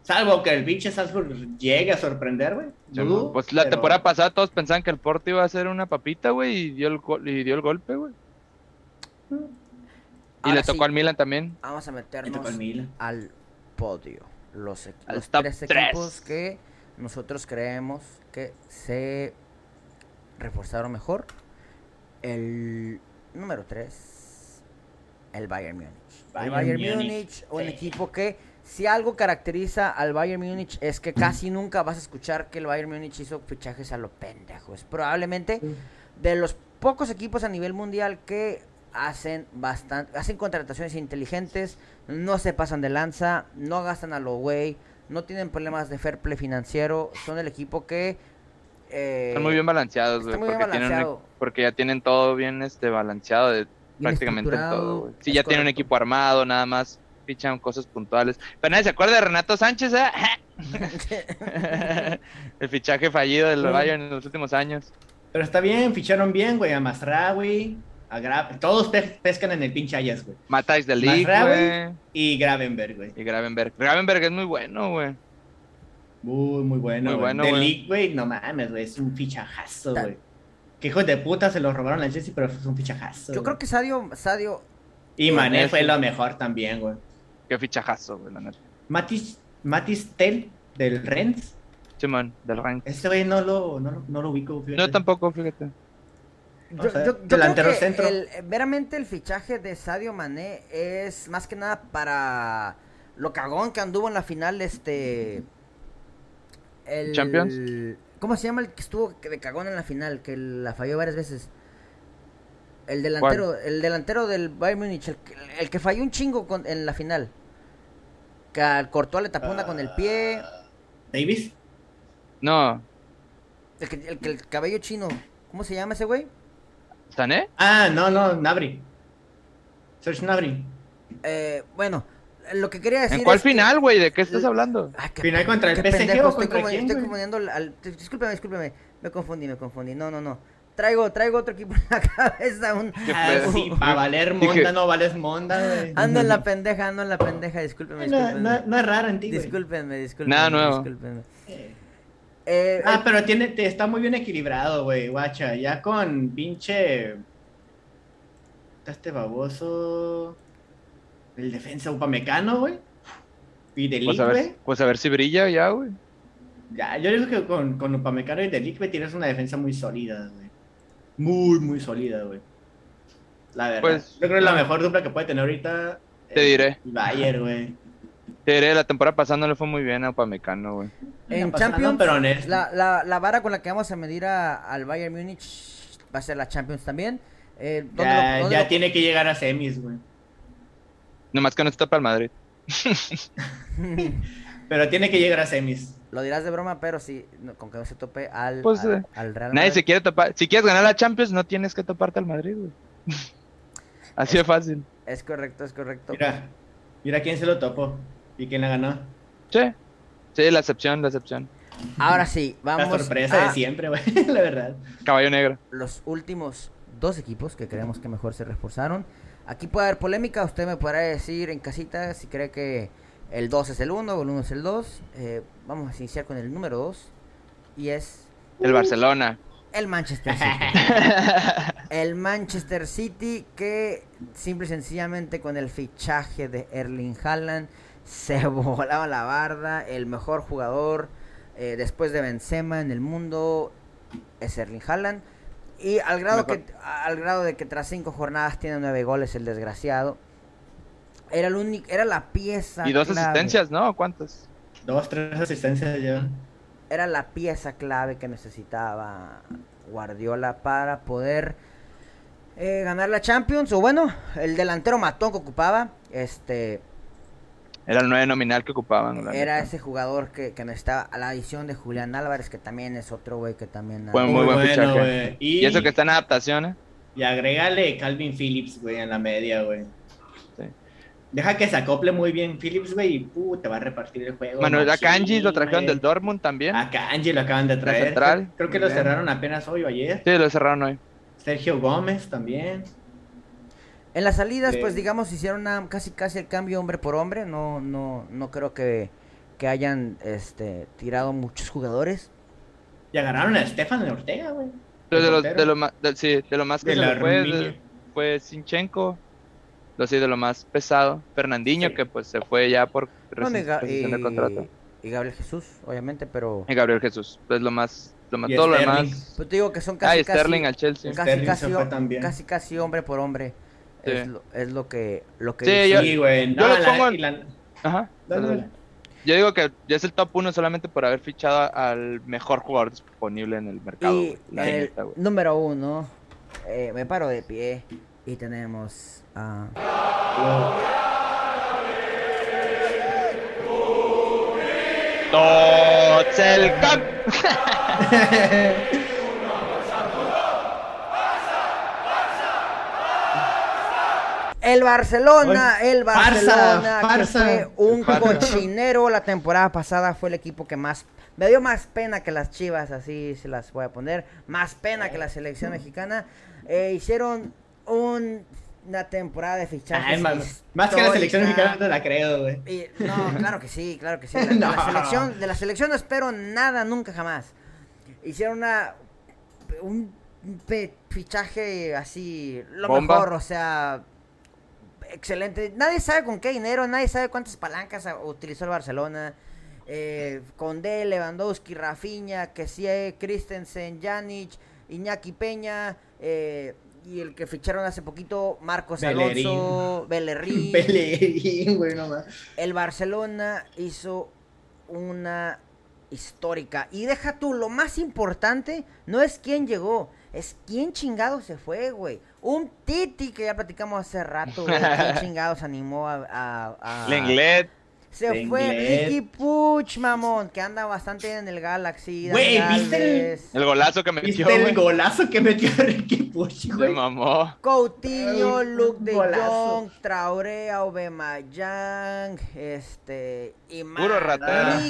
S3: Salvo que el pinche Salzburg llegue a sorprender, güey.
S2: Sí,
S3: Dudo,
S2: Pues la
S3: pero-
S2: temporada pasada todos pensaban que el Porto iba a ser una papita, güey, y dio el, go- y dio el golpe, güey. Y
S1: Ahora
S2: le tocó
S1: sí,
S2: al Milan también.
S1: Vamos a
S3: Me tocó el
S1: meternos
S3: Milan.
S1: al podio. Los, equ-
S2: Al
S1: los
S2: top
S1: tres
S2: tres.
S1: equipos que nosotros creemos que se reforzaron mejor. El número 3, el Bayern Múnich. El
S3: Bayern
S1: Bayern
S3: Múnich,
S1: Múnich, un
S3: sí.
S1: equipo que si algo caracteriza al Bayern Múnich es que casi nunca vas a escuchar que el Bayern Múnich hizo fichajes a lo pendejo. Es probablemente de los pocos equipos a nivel mundial que hacen bastante hacen contrataciones inteligentes, no se pasan de lanza, no gastan a lo güey, no tienen problemas de fair play financiero, son el equipo que eh,
S2: Están muy bien balanceados, güey.
S1: está muy bien
S2: Porque, tienen un-
S1: balanceado.
S2: porque ya tienen todo bien este balanceado de
S1: bien
S2: prácticamente en todo,
S1: estructurado,
S2: güey. Sí,
S1: es
S2: ya tienen un
S1: correcto.
S2: equipo armado, nada más fichan cosas puntuales. Pero nadie se acuerda de Renato Sánchez,
S1: *laughs*
S2: ¿eh? *laughs* El fichaje fallido del Bayern en los últimos años.
S3: Pero está bien, ficharon bien, güey. A Masraoui, a Gra... Todos pe- pescan en el pinche Ayas, güey.
S2: Matáis de Ligt,
S3: Masraoui.
S2: güey.
S3: Y Gravenberg, güey.
S2: Y Gravenberg. Gravenberg es muy bueno, güey.
S3: Muy, muy bueno.
S2: Muy
S3: güey.
S2: bueno,
S3: De
S2: güey.
S3: Ligt, güey, no mames, güey. Es un fichajazo,
S1: Ta-
S3: güey. Que hijos de puta se los robaron al Chelsea, pero es un fichajazo.
S1: Yo
S3: güey.
S1: creo que Sadio Sadio
S3: Y Mané
S2: Honesto.
S3: fue lo mejor también, güey.
S2: Qué fichajazo, güey, la neta.
S3: Matis, Matis Tel del Rennes.
S2: Simón, del rank.
S3: Este güey no lo, no, lo, no lo ubico, fíjate.
S2: No, tampoco, fíjate.
S3: O
S1: yo,
S3: sea,
S1: yo- yo creo
S3: delantero
S1: que
S3: centro.
S1: el- veramente el fichaje de Sadio Mané es más que nada para lo cagón que anduvo en la final este El...
S2: Champions.
S1: ¿Cómo se llama el que estuvo que de cagón en la final? Que la falló varias veces. El delantero, el delantero del Bayern Múnich, el, que- el que falló un chingo con- en la final. Que al cortó le tapó una con el pie.
S3: Davis.
S2: No,
S1: El que el, que el cabello chino. ¿Cómo se llama ese güey?
S2: ¿Sané?
S3: Ah, no, no, Nabri. Serge Nabri.
S1: Eh, bueno, lo que quería decir.
S2: ¿En cuál
S1: es que-
S2: final, güey? ¿De qué estás hablando?
S1: Ay, Ah, qué
S3: ¿Final
S1: pen-
S3: contra el
S1: qué
S3: PSG
S1: pendejo,
S3: o
S1: estoy
S3: contra
S1: como-
S3: quién,
S1: Estoy
S3: güey?
S1: confundiendo al- al- Discúlpame, discúlpame. Me confundí, me confundí. No, no, no. Traigo, traigo otro equipo en la *laughs* cabeza. Un...
S2: Qué
S3: Ah,
S2: pedo.
S3: sí,
S2: *laughs*
S3: para valer monda
S2: Dije-
S3: no vales monda, güey.
S1: Ando en la pendeja, ando en la pendeja. Discúlpeme,
S3: Ay, No,
S1: discúlpeme.
S3: no, no es raro en ti, güey.
S1: Discúlpenme, discúlpenme.
S2: Nada nuevo.
S1: discúlpenme. Eh,
S3: Ah,
S1: el-
S3: pero tiene, te- está muy bien equilibrado, güey, guacha. Ya con pinche. Está este baboso. El defensa Upamecano, güey. Y
S2: Pues
S3: Delic,
S2: a,
S3: güey.
S2: ver, pues a ver si brilla ya, güey.
S3: Ya, yo digo que con, con Upamecano y Delic, güey, tienes una defensa muy sólida, güey. Muy, muy sólida, güey. La verdad.
S2: Pues-
S3: yo creo que la mejor dupla que puede tener ahorita.
S2: Te
S1: Eh.
S3: es
S2: diré.
S3: el Bayern, güey.
S2: Te diré, la temporada pasada no le fue muy bien a Upamecano, güey.
S1: en
S3: pasada,
S1: Champions,
S3: no, pero honesto.
S1: la, la, la vara con la que vamos a medir a- al Bayern Múnich va a ser la Champions también. Eh, ¿dónde
S3: Ya,
S1: lo- dónde
S3: ya
S1: lo-
S3: tiene que llegar a semis, güey.
S2: Nomás que no está para el Madrid.
S3: Pero tiene que llegar a semis.
S1: *laughs* Lo dirás de broma, pero sí, no, con que no se tope al,
S2: Pues,
S1: al,
S2: eh,
S1: al Real
S2: Nadie
S1: Madrid.
S2: se quiere topar. Si quieres ganar la Champions, no tienes que toparte al Madrid, güey. *laughs* Así de fácil.
S1: Es correcto, es correcto.
S3: Mira, mira quién se lo topó y quién la ganó.
S2: Sí. Sí, la excepción, la excepción.
S1: Ahora sí, vamos
S3: la sorpresa
S1: a
S3: de siempre, güey, *laughs* la verdad.
S2: Caballo negro.
S1: los últimos dos equipos que creemos que mejor se reforzaron. Aquí puede haber polémica, usted me podrá decir en casita si cree que el 2 es el 1 o el 1 es el 2. Eh, vamos a iniciar con el número 2 y es
S2: El Barcelona.
S1: el Manchester City.
S2: *laughs*
S1: El Manchester City que simple y sencillamente con el fichaje de Erling Haaland se *laughs* volaba la barda. El mejor jugador eh, después de Benzema en el mundo es Erling Haaland. Y al grado, que, al grado de que tras cinco jornadas tiene nueve goles el desgraciado. Era, el único, era la pieza
S2: Y dos
S1: clave.
S2: asistencias, ¿no? ¿Cuántas?
S3: Dos, tres asistencias ya.
S1: era la pieza clave que necesitaba Guardiola para poder eh, ganar la Champions. O bueno, el delantero matón que ocupaba. Este
S2: Era el 9 nominal que ocupaban. la
S1: era
S2: neta.
S1: ese jugador que, que necesitaba a la adición de Julián Álvarez, que también es otro güey que también.
S2: Fue Ah, muy buen fichaje.
S3: güey. Y,
S2: Y eso que está en ¿eh? adaptaciones.
S3: y agrégale Calvin Phillips, güey, en la media, güey.
S2: Sí.
S3: Deja que se acople muy bien Phillips, güey, y puh, te va a repartir el juego.
S2: Manuel
S3: machín,
S2: Akanji lo trajeron
S3: güey.
S2: del Dortmund también.
S3: A Kanji lo acaban de traer.
S2: central.
S3: Creo que
S2: Muy
S3: lo
S2: bien.
S3: cerraron apenas hoy o ayer.
S2: Sí, lo cerraron hoy.
S3: Sergio Gómez también.
S1: En las salidas,
S3: Sí.
S2: eh,
S1: pues digamos, hicieron una- casi casi el cambio hombre por hombre. No, no, no creo que, que hayan este, tirado muchos jugadores.
S3: Y agarraron a Estefan Ortega, güey.
S2: Pero de,
S3: El
S2: lo,
S3: portero.
S2: de lo ma- de- sí, de lo más que
S3: De
S2: se
S3: la
S2: le fue
S3: Arminia.
S2: de- fue Sinchenko. Lo sí, de lo más pesado. Fernandinho,
S3: Sí.
S2: que pues se fue ya por
S1: Bueno, y
S2: rescis-
S1: Ga-
S2: rescisión de contrato.
S1: y- y Gabriel Jesús, obviamente, pero.
S2: Y Gabriel Jesús. Pues lo más. Lo más
S3: Y
S2: todo lo
S3: Sterling.
S2: demás.
S1: Pues te digo que son
S2: Ah,
S1: casi
S2: y Sterling
S1: casi,
S2: al Chelsea.
S1: casi,
S3: Sterling
S1: casi,
S3: se fue también.
S1: casi casi hombre por hombre
S2: Sí.
S1: es, lo, es lo que lo que
S2: Sí,
S1: hizo.
S2: eh, Yo-
S3: Sí, güey.
S2: yo
S3: No,
S2: lo
S3: la-
S2: pongo en-
S3: y la-
S2: Ajá.
S3: Dale, dale.
S2: Yo digo que ya es el top 1 solamente por haber fichado al mejor jugador disponible en el mercado.
S1: y
S2: güey, la
S1: el
S2: neta, güey.
S1: número uno eh, me paro de pie y tenemos a
S2: Totzel
S3: Ah.
S2: Camp-
S1: el Barcelona, el Barcelona
S3: farsa,
S1: que
S3: farsa.
S1: fue un
S2: Farsa.
S1: cochinero la temporada pasada fue el equipo que más me dio más pena que las Chivas, así se las voy a poner, más pena que la selección mexicana. Eh, hicieron un- una temporada de fichajes
S3: Ay, Ah, más, más que la selección
S1: histórica.
S3: mexicana no te la creo, güey.
S1: Y-
S3: *laughs*
S1: no, claro que sí, claro que sí. De, de la
S3: ¿eh? No.
S1: selección, de la selección no espero nada, nunca jamás. Hicieron una un pe- fichaje así, lo
S2: Bomba.
S1: mejor, o sea, excelente. Nadie sabe con qué dinero, nadie sabe cuántas palancas ah, utilizó el Barcelona. Eh, Condé, Lewandowski, Rafinha, Kessie, Christensen, Janic, Iñaki Peña, eh, y el que ficharon hace poquito, Marcos
S3: Bellerín. *laughs*
S1: Alonso, Bellerín.
S3: Peleín, güey, nomás.
S1: El Barcelona hizo una histórica. Y deja tú, lo más importante no es quién llegó, es quién chingado se fue, güey. Un Titi que ya platicamos hace rato, güey.
S3: *laughs*
S1: ¿Quién chingado se animó a. a- a-
S2: Lenglet.
S1: Se
S3: Lenglet.
S1: fue Ricky Puch, mamón, que anda bastante en el Galaxy. Dani
S3: Güey, ¿viste el-
S1: Alves.
S2: El golazo que
S3: ¿Viste
S2: metió,
S3: el
S2: güey.
S3: golazo que metió *laughs* Ricky Push,
S2: Se
S3: güey?
S2: mamó.
S1: Coutinho,
S3: Ay, un
S1: Luke de
S3: golazo.
S1: Jong, Traoré, Aubameyang, este... Y más.
S2: Puro ratero,
S1: Nico,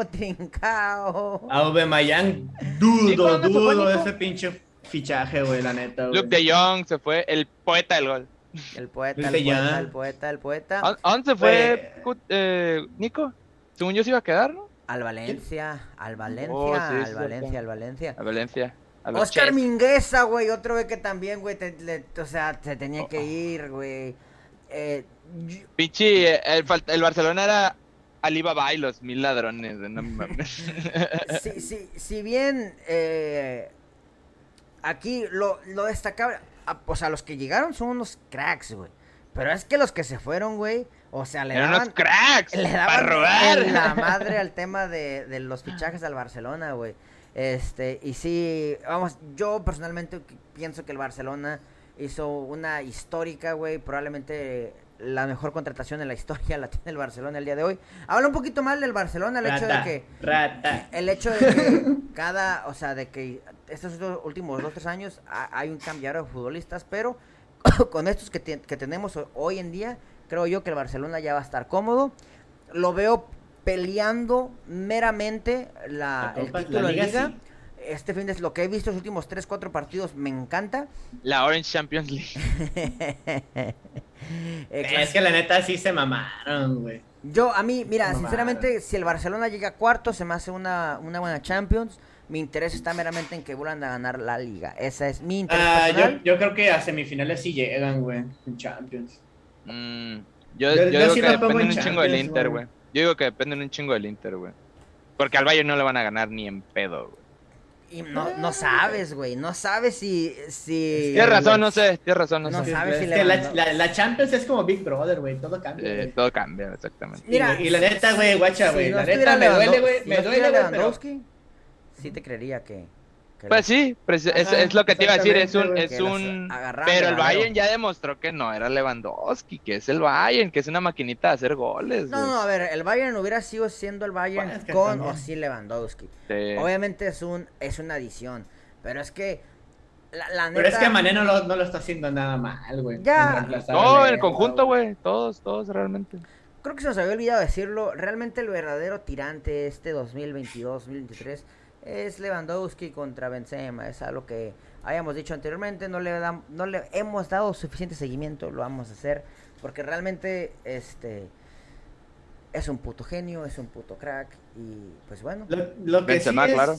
S1: *laughs*
S2: Ah.
S1: Trincao.
S3: Aubameyang,
S2: Nico,
S3: dudo,
S2: ¿dónde se fue,
S3: dudo
S2: Nico?
S3: ese pinche fichaje, güey, la neta, güey.
S2: Luke de Jong se fue, el poeta del gol.
S1: El poeta, el
S3: Luis de
S1: poeta,
S3: Jong.
S1: el poeta, el poeta.
S2: ¿A a dónde se fue
S3: Fue-
S2: Cut- eh, Nico? Según yo se iba a quedar, ¿no?
S1: Al Valencia, al Valencia,
S2: Oh, sí, es
S1: al
S2: cierto.
S1: Valencia, al Valencia.
S2: A Valencia. A los
S1: Oscar
S2: Chelsea.
S1: Mingueza, güey, otro güey que también, güey, te- le- o sea, se tenía
S2: Oh.
S1: que ir, güey. Eh, y-
S2: Pinche, eh, el, fal- el Barcelona era Alibaba y los mil ladrones, no mames.
S1: si, si, si bien eh, aquí lo, lo destacable, a- o sea, los que llegaron son unos cracks, güey. Pero es que los que se fueron, güey, o sea, le
S2: Eran unos
S1: daban,
S2: cracks
S1: le
S2: para
S1: daban
S2: robar.
S1: en la madre al tema de, de los fichajes al Barcelona, güey. Este, y sí, vamos, yo personalmente qu- pienso que el Barcelona hizo una histórica, güey, probablemente la mejor contratación en la historia la tiene el Barcelona el día de hoy. Habla un poquito mal del Barcelona, el hecho de
S3: Rata,
S1: que
S3: rata.
S1: el hecho de que cada, o sea, de que estos dos últimos dos, tres años ha- hay un cambiar de futbolistas, pero *coughs* con estos que, te- que tenemos ho- hoy en día, creo yo que el Barcelona ya va a estar cómodo. Lo veo peleando meramente la,
S3: La
S1: el
S3: Copa, la
S1: título de
S3: Liga,
S1: liga.
S3: sí.
S1: Este fin de lo que he visto los últimos tres, cuatro partidos me encanta.
S2: *laughs*
S1: *laughs*
S2: La Orange Champions League.
S1: Eh,
S3: Es que la neta sí se mamaron, güey.
S1: Yo, a mí, mira,
S3: Mamada.
S1: sinceramente, si el Barcelona llega a cuarto, se me hace una, una buena Champions. Mi interés está meramente en que vuelvan a ganar la liga. Esa es mi interés.
S3: Ah, yo,
S1: personal.
S3: yo creo que a semifinales sí llegan, güey, en Champions.
S2: Mm, yo,
S3: Yo-
S2: yo
S3: yo
S2: digo
S3: sí
S2: que
S3: la pongo
S2: dependen
S3: en
S2: un chingo del
S3: Champions,
S2: Inter,
S3: güey.
S2: güey. Yo digo que dependen un chingo del Inter, güey. Porque al Bayern no le van a ganar ni en pedo, güey.
S1: Y no, no sabes, güey. No sabes si. si...
S2: Tienes razón, no sé. Tienes razón, no,
S1: No
S2: sé.
S1: sé. sabes si
S3: Es
S1: le
S3: que la,
S1: mandó.
S3: la- la Champions es como Big Brother, güey, todo cambia.
S2: Eh,
S3: güey.
S2: todo cambia, exactamente.
S1: Mira,
S3: y la neta, güey, guacha, güey, la neta
S1: estuviera
S3: me duele,
S1: Lewandowski-
S3: güey,
S1: si
S3: me
S1: no estuviera
S3: duele, güey, pero-
S1: Lewandowski, sí te creería que. que
S2: Pues sí, pues es,
S3: Ajá,
S2: es lo que te iba a decir, es un,
S3: exactamente,
S2: es
S1: güey. Que
S2: un...
S1: las agarraron,
S2: Pero el
S1: agarraron.
S2: Bayern ya demostró que no era Lewandowski, que es el Bayern, que es una maquinita de hacer goles.
S1: No, no, a ver, el Bayern hubiera sido siendo el Bayern
S3: Bueno, es que
S1: con o
S3: también.
S1: sin Lewandowski.
S2: güey. Sí.
S1: Obviamente es un es una adición, pero es que la, la neta
S3: Pero es que Mané no lo, no lo está haciendo nada mal, güey.
S1: Ya.
S3: en reemplazar a
S2: No, en
S3: Lewandowski.
S2: el conjunto, güey, todos, todos realmente.
S1: creo que se nos había olvidado decirlo, realmente el verdadero tirante este 2022-2023 es Lewandowski contra Benzema, es algo que habíamos dicho anteriormente, no le dam- no le hemos dado suficiente seguimiento, lo vamos a hacer porque realmente este es un puto genio, es un puto crack y pues bueno.
S3: Lo, lo que
S2: Benzema,
S3: sí es,
S2: claro.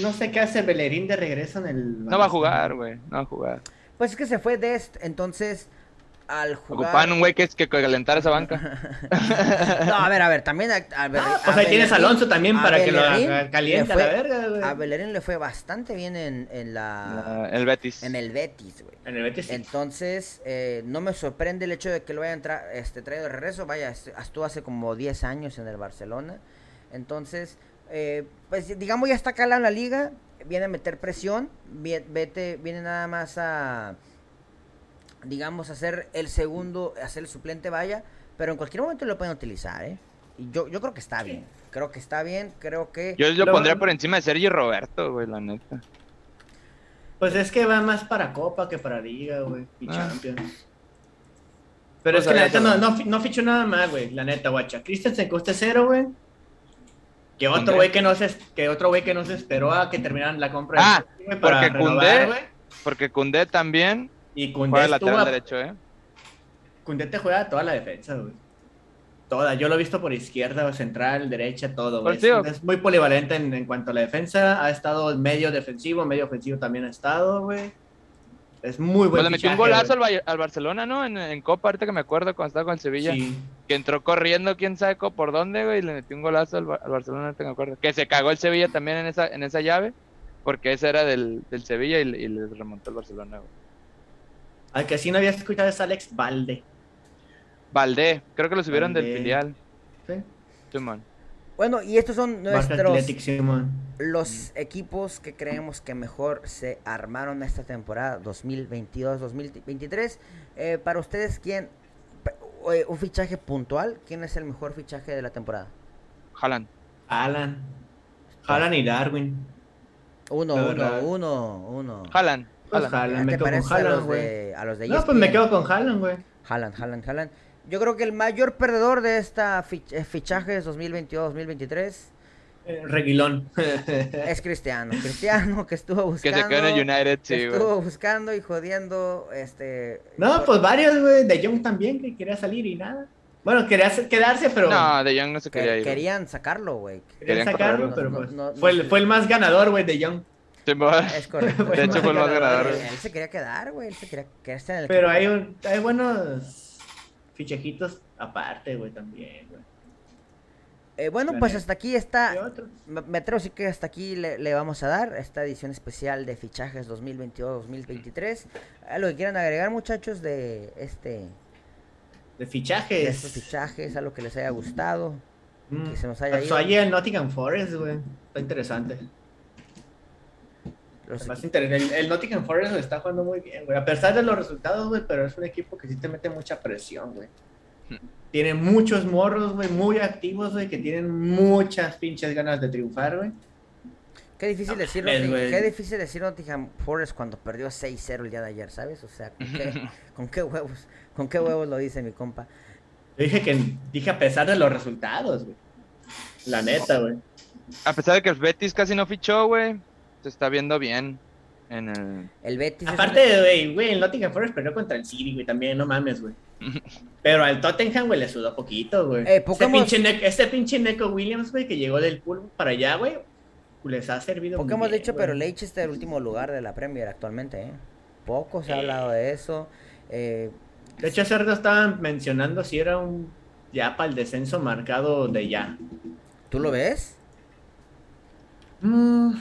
S3: no sé qué hace Bellerín de regreso en el...
S2: No va a jugar, güey, no va a jugar.
S1: Pues es que se fue Dest, entonces al jugar
S2: Ocupaban un güey que es que calentara
S1: *laughs*
S2: esa banca.
S1: No, a ver, a ver, también a, a ver,
S3: Ah,
S1: a
S3: pues ahí tienes a
S1: Bellerín-
S3: Alonso también
S1: a
S3: para que lo
S1: Bellerín
S3: haga- caliente
S1: le
S3: a la
S1: fue-
S3: verga, güey.
S1: A Bellerín le fue bastante bien en, en la
S2: Ah, el Betis.
S1: en el Betis, güey.
S3: En el Betis. sí.
S1: Entonces, eh, no me sorprende el hecho de que lo hayan tra- este, traído de regreso. Vaya, est- estuvo hace como 10 años en el Barcelona. Entonces, eh, pues digamos ya está calado en la liga. Viene a meter presión. vie- Vete, viene nada más a, digamos, a ser el segundo, a ser el suplente, vaya. Pero en cualquier momento lo pueden utilizar, ¿eh? Y yo, yo creo que está bien. Creo que está bien. Creo que...
S2: Yo lo
S3: Lo-
S2: pondría por encima de Sergio Roberto, güey, la neta.
S3: Pues es que va más para Copa que para Liga, güey, y
S2: Ah.
S3: Champions.
S2: Pues
S3: Pero es que la
S2: habría
S3: neta
S2: que
S3: no,
S2: ver.
S3: no, fi- no fichó nada más, güey, la neta, guacha. Christensen coste cero, güey. Que otro
S2: Cundé.
S3: güey que, no se, que otro güey que no se esperó a que terminaran la compra.
S2: Ah,
S3: Messi, güey, para
S2: porque
S3: renovar,
S2: Cundé-
S3: güey.
S2: Porque Cundé también
S3: Y
S2: juega
S3: Cundé,
S2: lateral
S3: estuvo a-
S2: derecho, ¿eh?
S3: Cundé te juega toda la defensa, güey. Toda, yo lo he visto por izquierda, central, derecha, todo, güey.
S2: Pues, tío.
S3: Es, es muy polivalente en, en cuanto a la defensa. Ha estado medio defensivo, medio ofensivo también ha estado, güey. Es muy
S2: Pues
S3: bueno.
S2: le metió un golazo al, Bay- al Barcelona, ¿no? En, en Copa, ahorita que me acuerdo cuando estaba con el Sevilla.
S3: Sí.
S2: Que entró corriendo, quién sabe co- por dónde, güey, y le metió un golazo al, Ba- al Barcelona, ahorita que me acuerdo. Que se cagó el Sevilla también en esa, en esa llave, porque esa era del, del Sevilla y, le- y le remontó el Barcelona, güey.
S3: Al que sí no había escuchado es Alex Valde.
S2: Valdé, creo que lo subieron del
S3: Valdé.
S2: filial,
S3: ¿sí?
S2: Simón.
S1: Bueno, y estos son
S3: Barca
S1: nuestros
S3: Athletic, Simón.
S1: los equipos que creemos que mejor se armaron esta temporada 2022-2023. Eh, para ustedes, ¿quién? pe- eh, Un fichaje puntual, ¿quién es el mejor fichaje de la temporada?
S2: Jalan.
S3: Alan.
S1: Ah.
S3: Alan y Darwin.
S1: Uno,
S3: La
S1: uno,
S3: verdad.
S1: uno, uno.
S2: Jalan.
S3: Pues Haaland,
S1: ¿Qué
S3: me
S1: te
S3: quedo con
S1: parece a
S3: Haaland,
S1: los
S3: güey.
S1: de, a los de E
S3: No, pues me
S1: ESPN?
S3: quedo con Haaland, güey.
S1: Haaland, Haaland, Haaland. Yo creo que el mayor perdedor de esta fich- eh, fichajes
S3: *laughs*
S1: 2022-2023
S3: Eh, Reguilón. *laughs*
S1: es Cristiano. Cristiano que estuvo
S2: Que
S1: buscando.
S2: se quedó en el United,
S1: que
S2: sí, güey.
S1: estuvo buscando y jodiendo este
S3: no, pues varios, güey. De Jong también, que quería salir y nada. Bueno, quería hacer- quedarse, pero
S2: No, De Jong no se
S1: que-
S2: quería ir. güey.
S1: querían sacarlo, güey.
S3: querían
S2: querían
S3: sacarlo,
S1: correrlo.
S3: pero
S1: No,
S3: pues.
S1: no, no,
S3: fue, el,
S1: no.
S3: fue el más ganador, güey,
S1: *laughs*
S3: de Jong.
S2: Se me va-
S3: *laughs*
S1: Es correcto.
S3: De hecho, fue el más ganador,
S1: Él,
S2: güey.
S1: él se quería quedar, güey. Él se quería quedarse en el
S3: Pero hay, un- hay buenos fichajitos aparte, güey, también, güey.
S1: Eh, bueno, pues hasta aquí está
S3: ¿Qué otros?
S1: Me me atrevo a decir que hasta aquí le, le vamos a dar esta edición especial de fichajes 2022-2023. Algo que quieran agregar, muchachos, de este
S3: De
S1: de
S3: fichajes.
S1: estos fichajes, algo que les haya gustado.
S3: Mm.
S1: que se nos haya ido.
S3: Pasó ayer en Nottingham Forest, güey. Está interesante.
S1: Los
S3: Más
S1: equi-
S3: inter- el, el Nottingham Forest está jugando muy bien, güey. A pesar de los resultados, güey, pero es un equipo que sí te mete mucha presión, güey. Tiene muchos morros, güey, muy activos, güey, que tienen muchas pinches ganas de triunfar, güey.
S1: qué difícil
S3: No
S1: decir
S3: mames,
S1: Notting-
S3: güey.
S1: qué difícil decir Nottingham Forest cuando perdió 6-0 el día de ayer, ¿sabes? O sea, con
S3: *laughs*
S1: qué, con qué huevos, con qué huevos lo dice mi compa.
S3: Yo dije que dije a pesar de los resultados, güey. La neta, güey.
S2: A pesar de que el Betis casi no fichó, güey, se está viendo bien en el...
S1: El Betis es un-
S3: Aparte, güey, güey, el Nottingham Forest perdió contra el City, güey, también, no mames, güey. Pero al Tottenham, güey, le sudó poquito, güey.
S1: Eh,
S3: este,
S1: Pokémon-
S3: pinche Neco, este pinche Neco Williams, güey, que llegó del pool para allá, güey, les ha servido
S1: Poco
S3: muy
S1: hemos
S3: bien,
S1: dicho,
S3: güey.
S1: pero Leicester es el último lugar de la Premier actualmente, ¿eh? Poco se ha
S3: Eh.
S1: hablado de eso. Eh,
S3: De hecho, hace rato estaban mencionando si era un ya para el descenso marcado de ya.
S1: ¿Tú lo ves?
S3: Mm,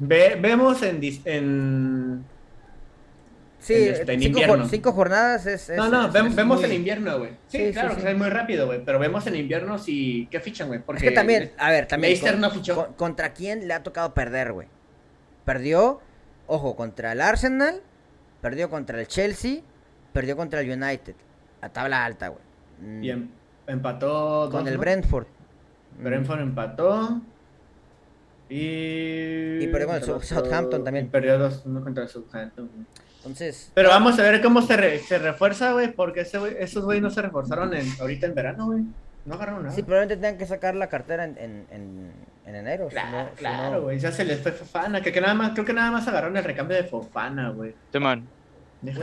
S3: ve- vemos en, dis- en...
S1: Sí,
S3: En este, en
S1: cinco, jor-
S3: invierno.
S1: cinco jornadas es. es-
S3: No, no,
S1: es-
S3: vem-
S1: es
S3: vemos
S1: muy-
S3: en invierno, güey. Sí,
S1: Sí, sí,
S3: claro,
S1: sí.
S3: que es muy rápido, güey. Pero vemos en invierno si... ¿Qué fichan, güey?
S1: Es
S3: Porque
S1: que también, a ver, también.
S3: Leicester
S1: con-
S3: no fichó.
S1: con- ¿Contra quién le ha tocado perder, güey? Perdió, ojo, contra el Arsenal, perdió contra el Chelsea, perdió contra el United. A tabla alta, güey. Mm,
S3: Y em- empató...
S1: Con
S3: dos,
S1: el
S3: ¿no?
S1: Brentford. Mm,
S3: Brentford empató. Y...
S1: Y perdió con el Sou- Southampton también.
S3: Y perdió 2-1 contra el Southampton, güey.
S1: Entonces,
S3: Pero vamos a ver cómo se, re- se refuerza, güey, porque ese güey- esos güey no se reforzaron en, ahorita en verano, güey. No agarraron nada.
S1: sí, probablemente tengan que sacar la cartera en, en, en, en enero. si no-
S3: Claro,
S1: si
S3: claro,
S1: no-
S3: güey. Ya se les fue Fofana. Que, que nada más, creo que nada más agarraron el recambio de Fofana, güey.
S2: Simón.
S3: Deja-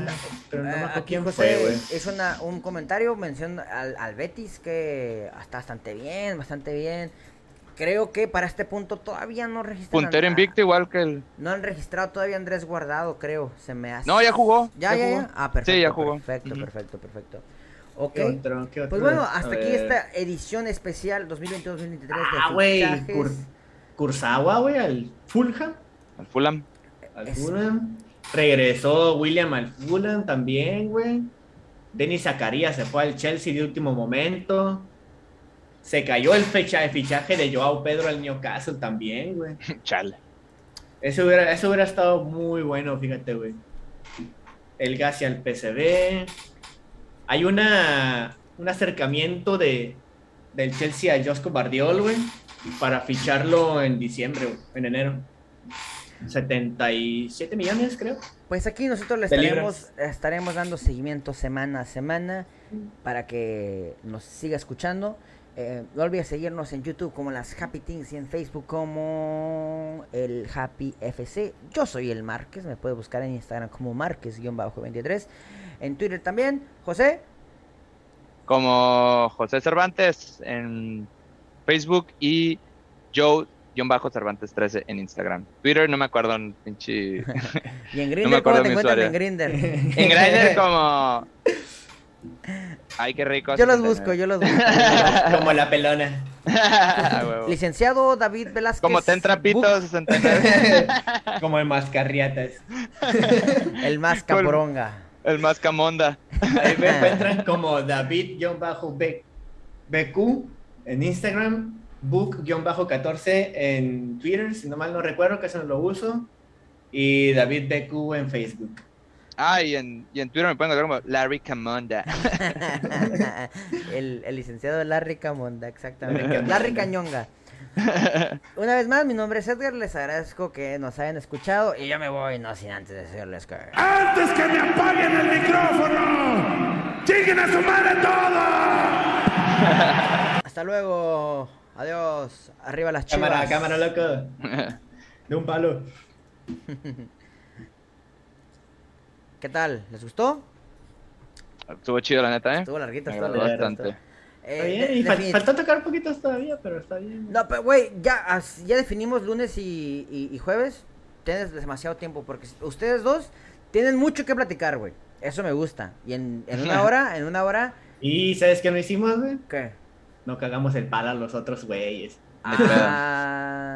S3: Pero no me
S1: Eh,
S3: acuerdo
S1: aquí
S3: quién
S1: José
S3: fue, güey.
S1: hizo una- un comentario, mención al, al Betis que está bastante bien, bastante bien. Creo que para este punto todavía no registran.
S2: Puntero
S1: a-
S2: invicto igual que el...
S1: No han registrado todavía a Andrés Guardado, creo. Se me hace.
S2: No, ya jugó.
S1: Ya, ya,
S2: jugó.
S1: ya. Ah, perfecto.
S2: Sí, ya jugó.
S1: Perfecto,
S2: Ujú.
S1: perfecto, perfecto. Ok.
S3: ¿Qué otro? ¿Qué
S1: Pues
S3: otro?
S1: bueno,
S3: A
S1: hasta aquí
S3: ver.
S1: esta edición especial 2022-2023 de
S3: Ah, güey.
S1: fichajes.
S3: Kur- Kurzawa, güey, al Fulham.
S2: Al Fulham. *laughs*
S3: Al
S1: Es-
S3: Fulham. Regresó William al Fulham también, güey. Denis Zacarías se fue al Chelsea de último momento. Se cayó el fecha el fichaje de Joao Pedro al Newcastle también, güey.
S2: Chale.
S3: Eso hubiera, eso hubiera estado muy bueno, fíjate, güey. El gas y al PCB. Hay una, un acercamiento de, del Chelsea a Josco Bardiol, güey, para ficharlo en diciembre, güey, en enero. 77 millones, creo.
S1: Pues aquí nosotros le
S3: De libras.
S1: estaremos, estaremos dando seguimiento semana a semana para que nos siga escuchando. Eh, no olvides seguirnos en YouTube como las Happy Things y en Facebook como el Happy FC. Yo soy el Márquez, me puedes buscar en Instagram como Márquez-23. En Twitter también, José.
S2: Como José Cervantes en Facebook y Joe-Cervantes13 en Instagram. Twitter no me acuerdo, un
S1: *laughs*
S2: pinche...
S1: Y en
S2: me
S1: Grindr, ¿cómo
S2: acuerdo
S1: te
S2: mi
S1: encuentran en
S2: usuario. *laughs*
S1: Grindr?
S2: En Grindr como... Ay, qué rico.
S1: Yo los busco, yo los busco.
S3: Como la pelona.
S2: *laughs* Ah, huevo.
S1: Licenciado David Velázquez.
S2: Como Ten
S1: Buc- *laughs*
S2: Trapitos 69.
S3: Como el mascarriatas.
S1: El
S2: *laughs*
S1: más caporonga.
S2: El más camonda.
S3: Ahí
S1: Ah.
S3: me encuentran como David-BQ en Instagram Book-14 en Twitter, si no mal no recuerdo, casi no lo uso. Y David BQ en Facebook.
S2: Ah, y en, y en Twitter me pueden encontrar como Larry Camonda.
S1: *laughs* el, el licenciado Larry Camonda,
S3: Larry
S1: exactamente.
S3: Camonda.
S1: Larry Cañonga. Una vez más, mi nombre es Edgar, les agradezco que nos hayan escuchado y yo me voy, no sin antes decirles que...
S4: ¡Antes que me apaguen el micrófono! ¡Lleguen a su madre todo!
S1: Hasta luego, adiós, arriba las chivas.
S3: Cámara, cámara,
S1: *laughs*
S3: loco. De un palo.
S1: ¿Qué tal? ¿Les gustó?
S2: Estuvo chido, la neta, ¿eh?
S1: Estuvo larguita,
S2: Me
S1: estuvo
S2: agradó
S1: larguita,
S2: bastante.
S1: estuvo- Eh,
S3: Está bien,
S1: de-
S3: y fal-
S1: definit-
S3: faltó tocar poquitos todavía, pero está bien.
S1: No, pero güey, ya, as- ya definimos lunes y, y- y jueves. Tienes demasiado tiempo porque ustedes dos tienen mucho que platicar, güey. Eso me gusta. Y en, en una hora, en una hora,
S3: ¿Y sabes qué no hicimos, güey?
S1: ¿qué?
S3: No cagamos el palo a los otros güeyes.
S1: Ah,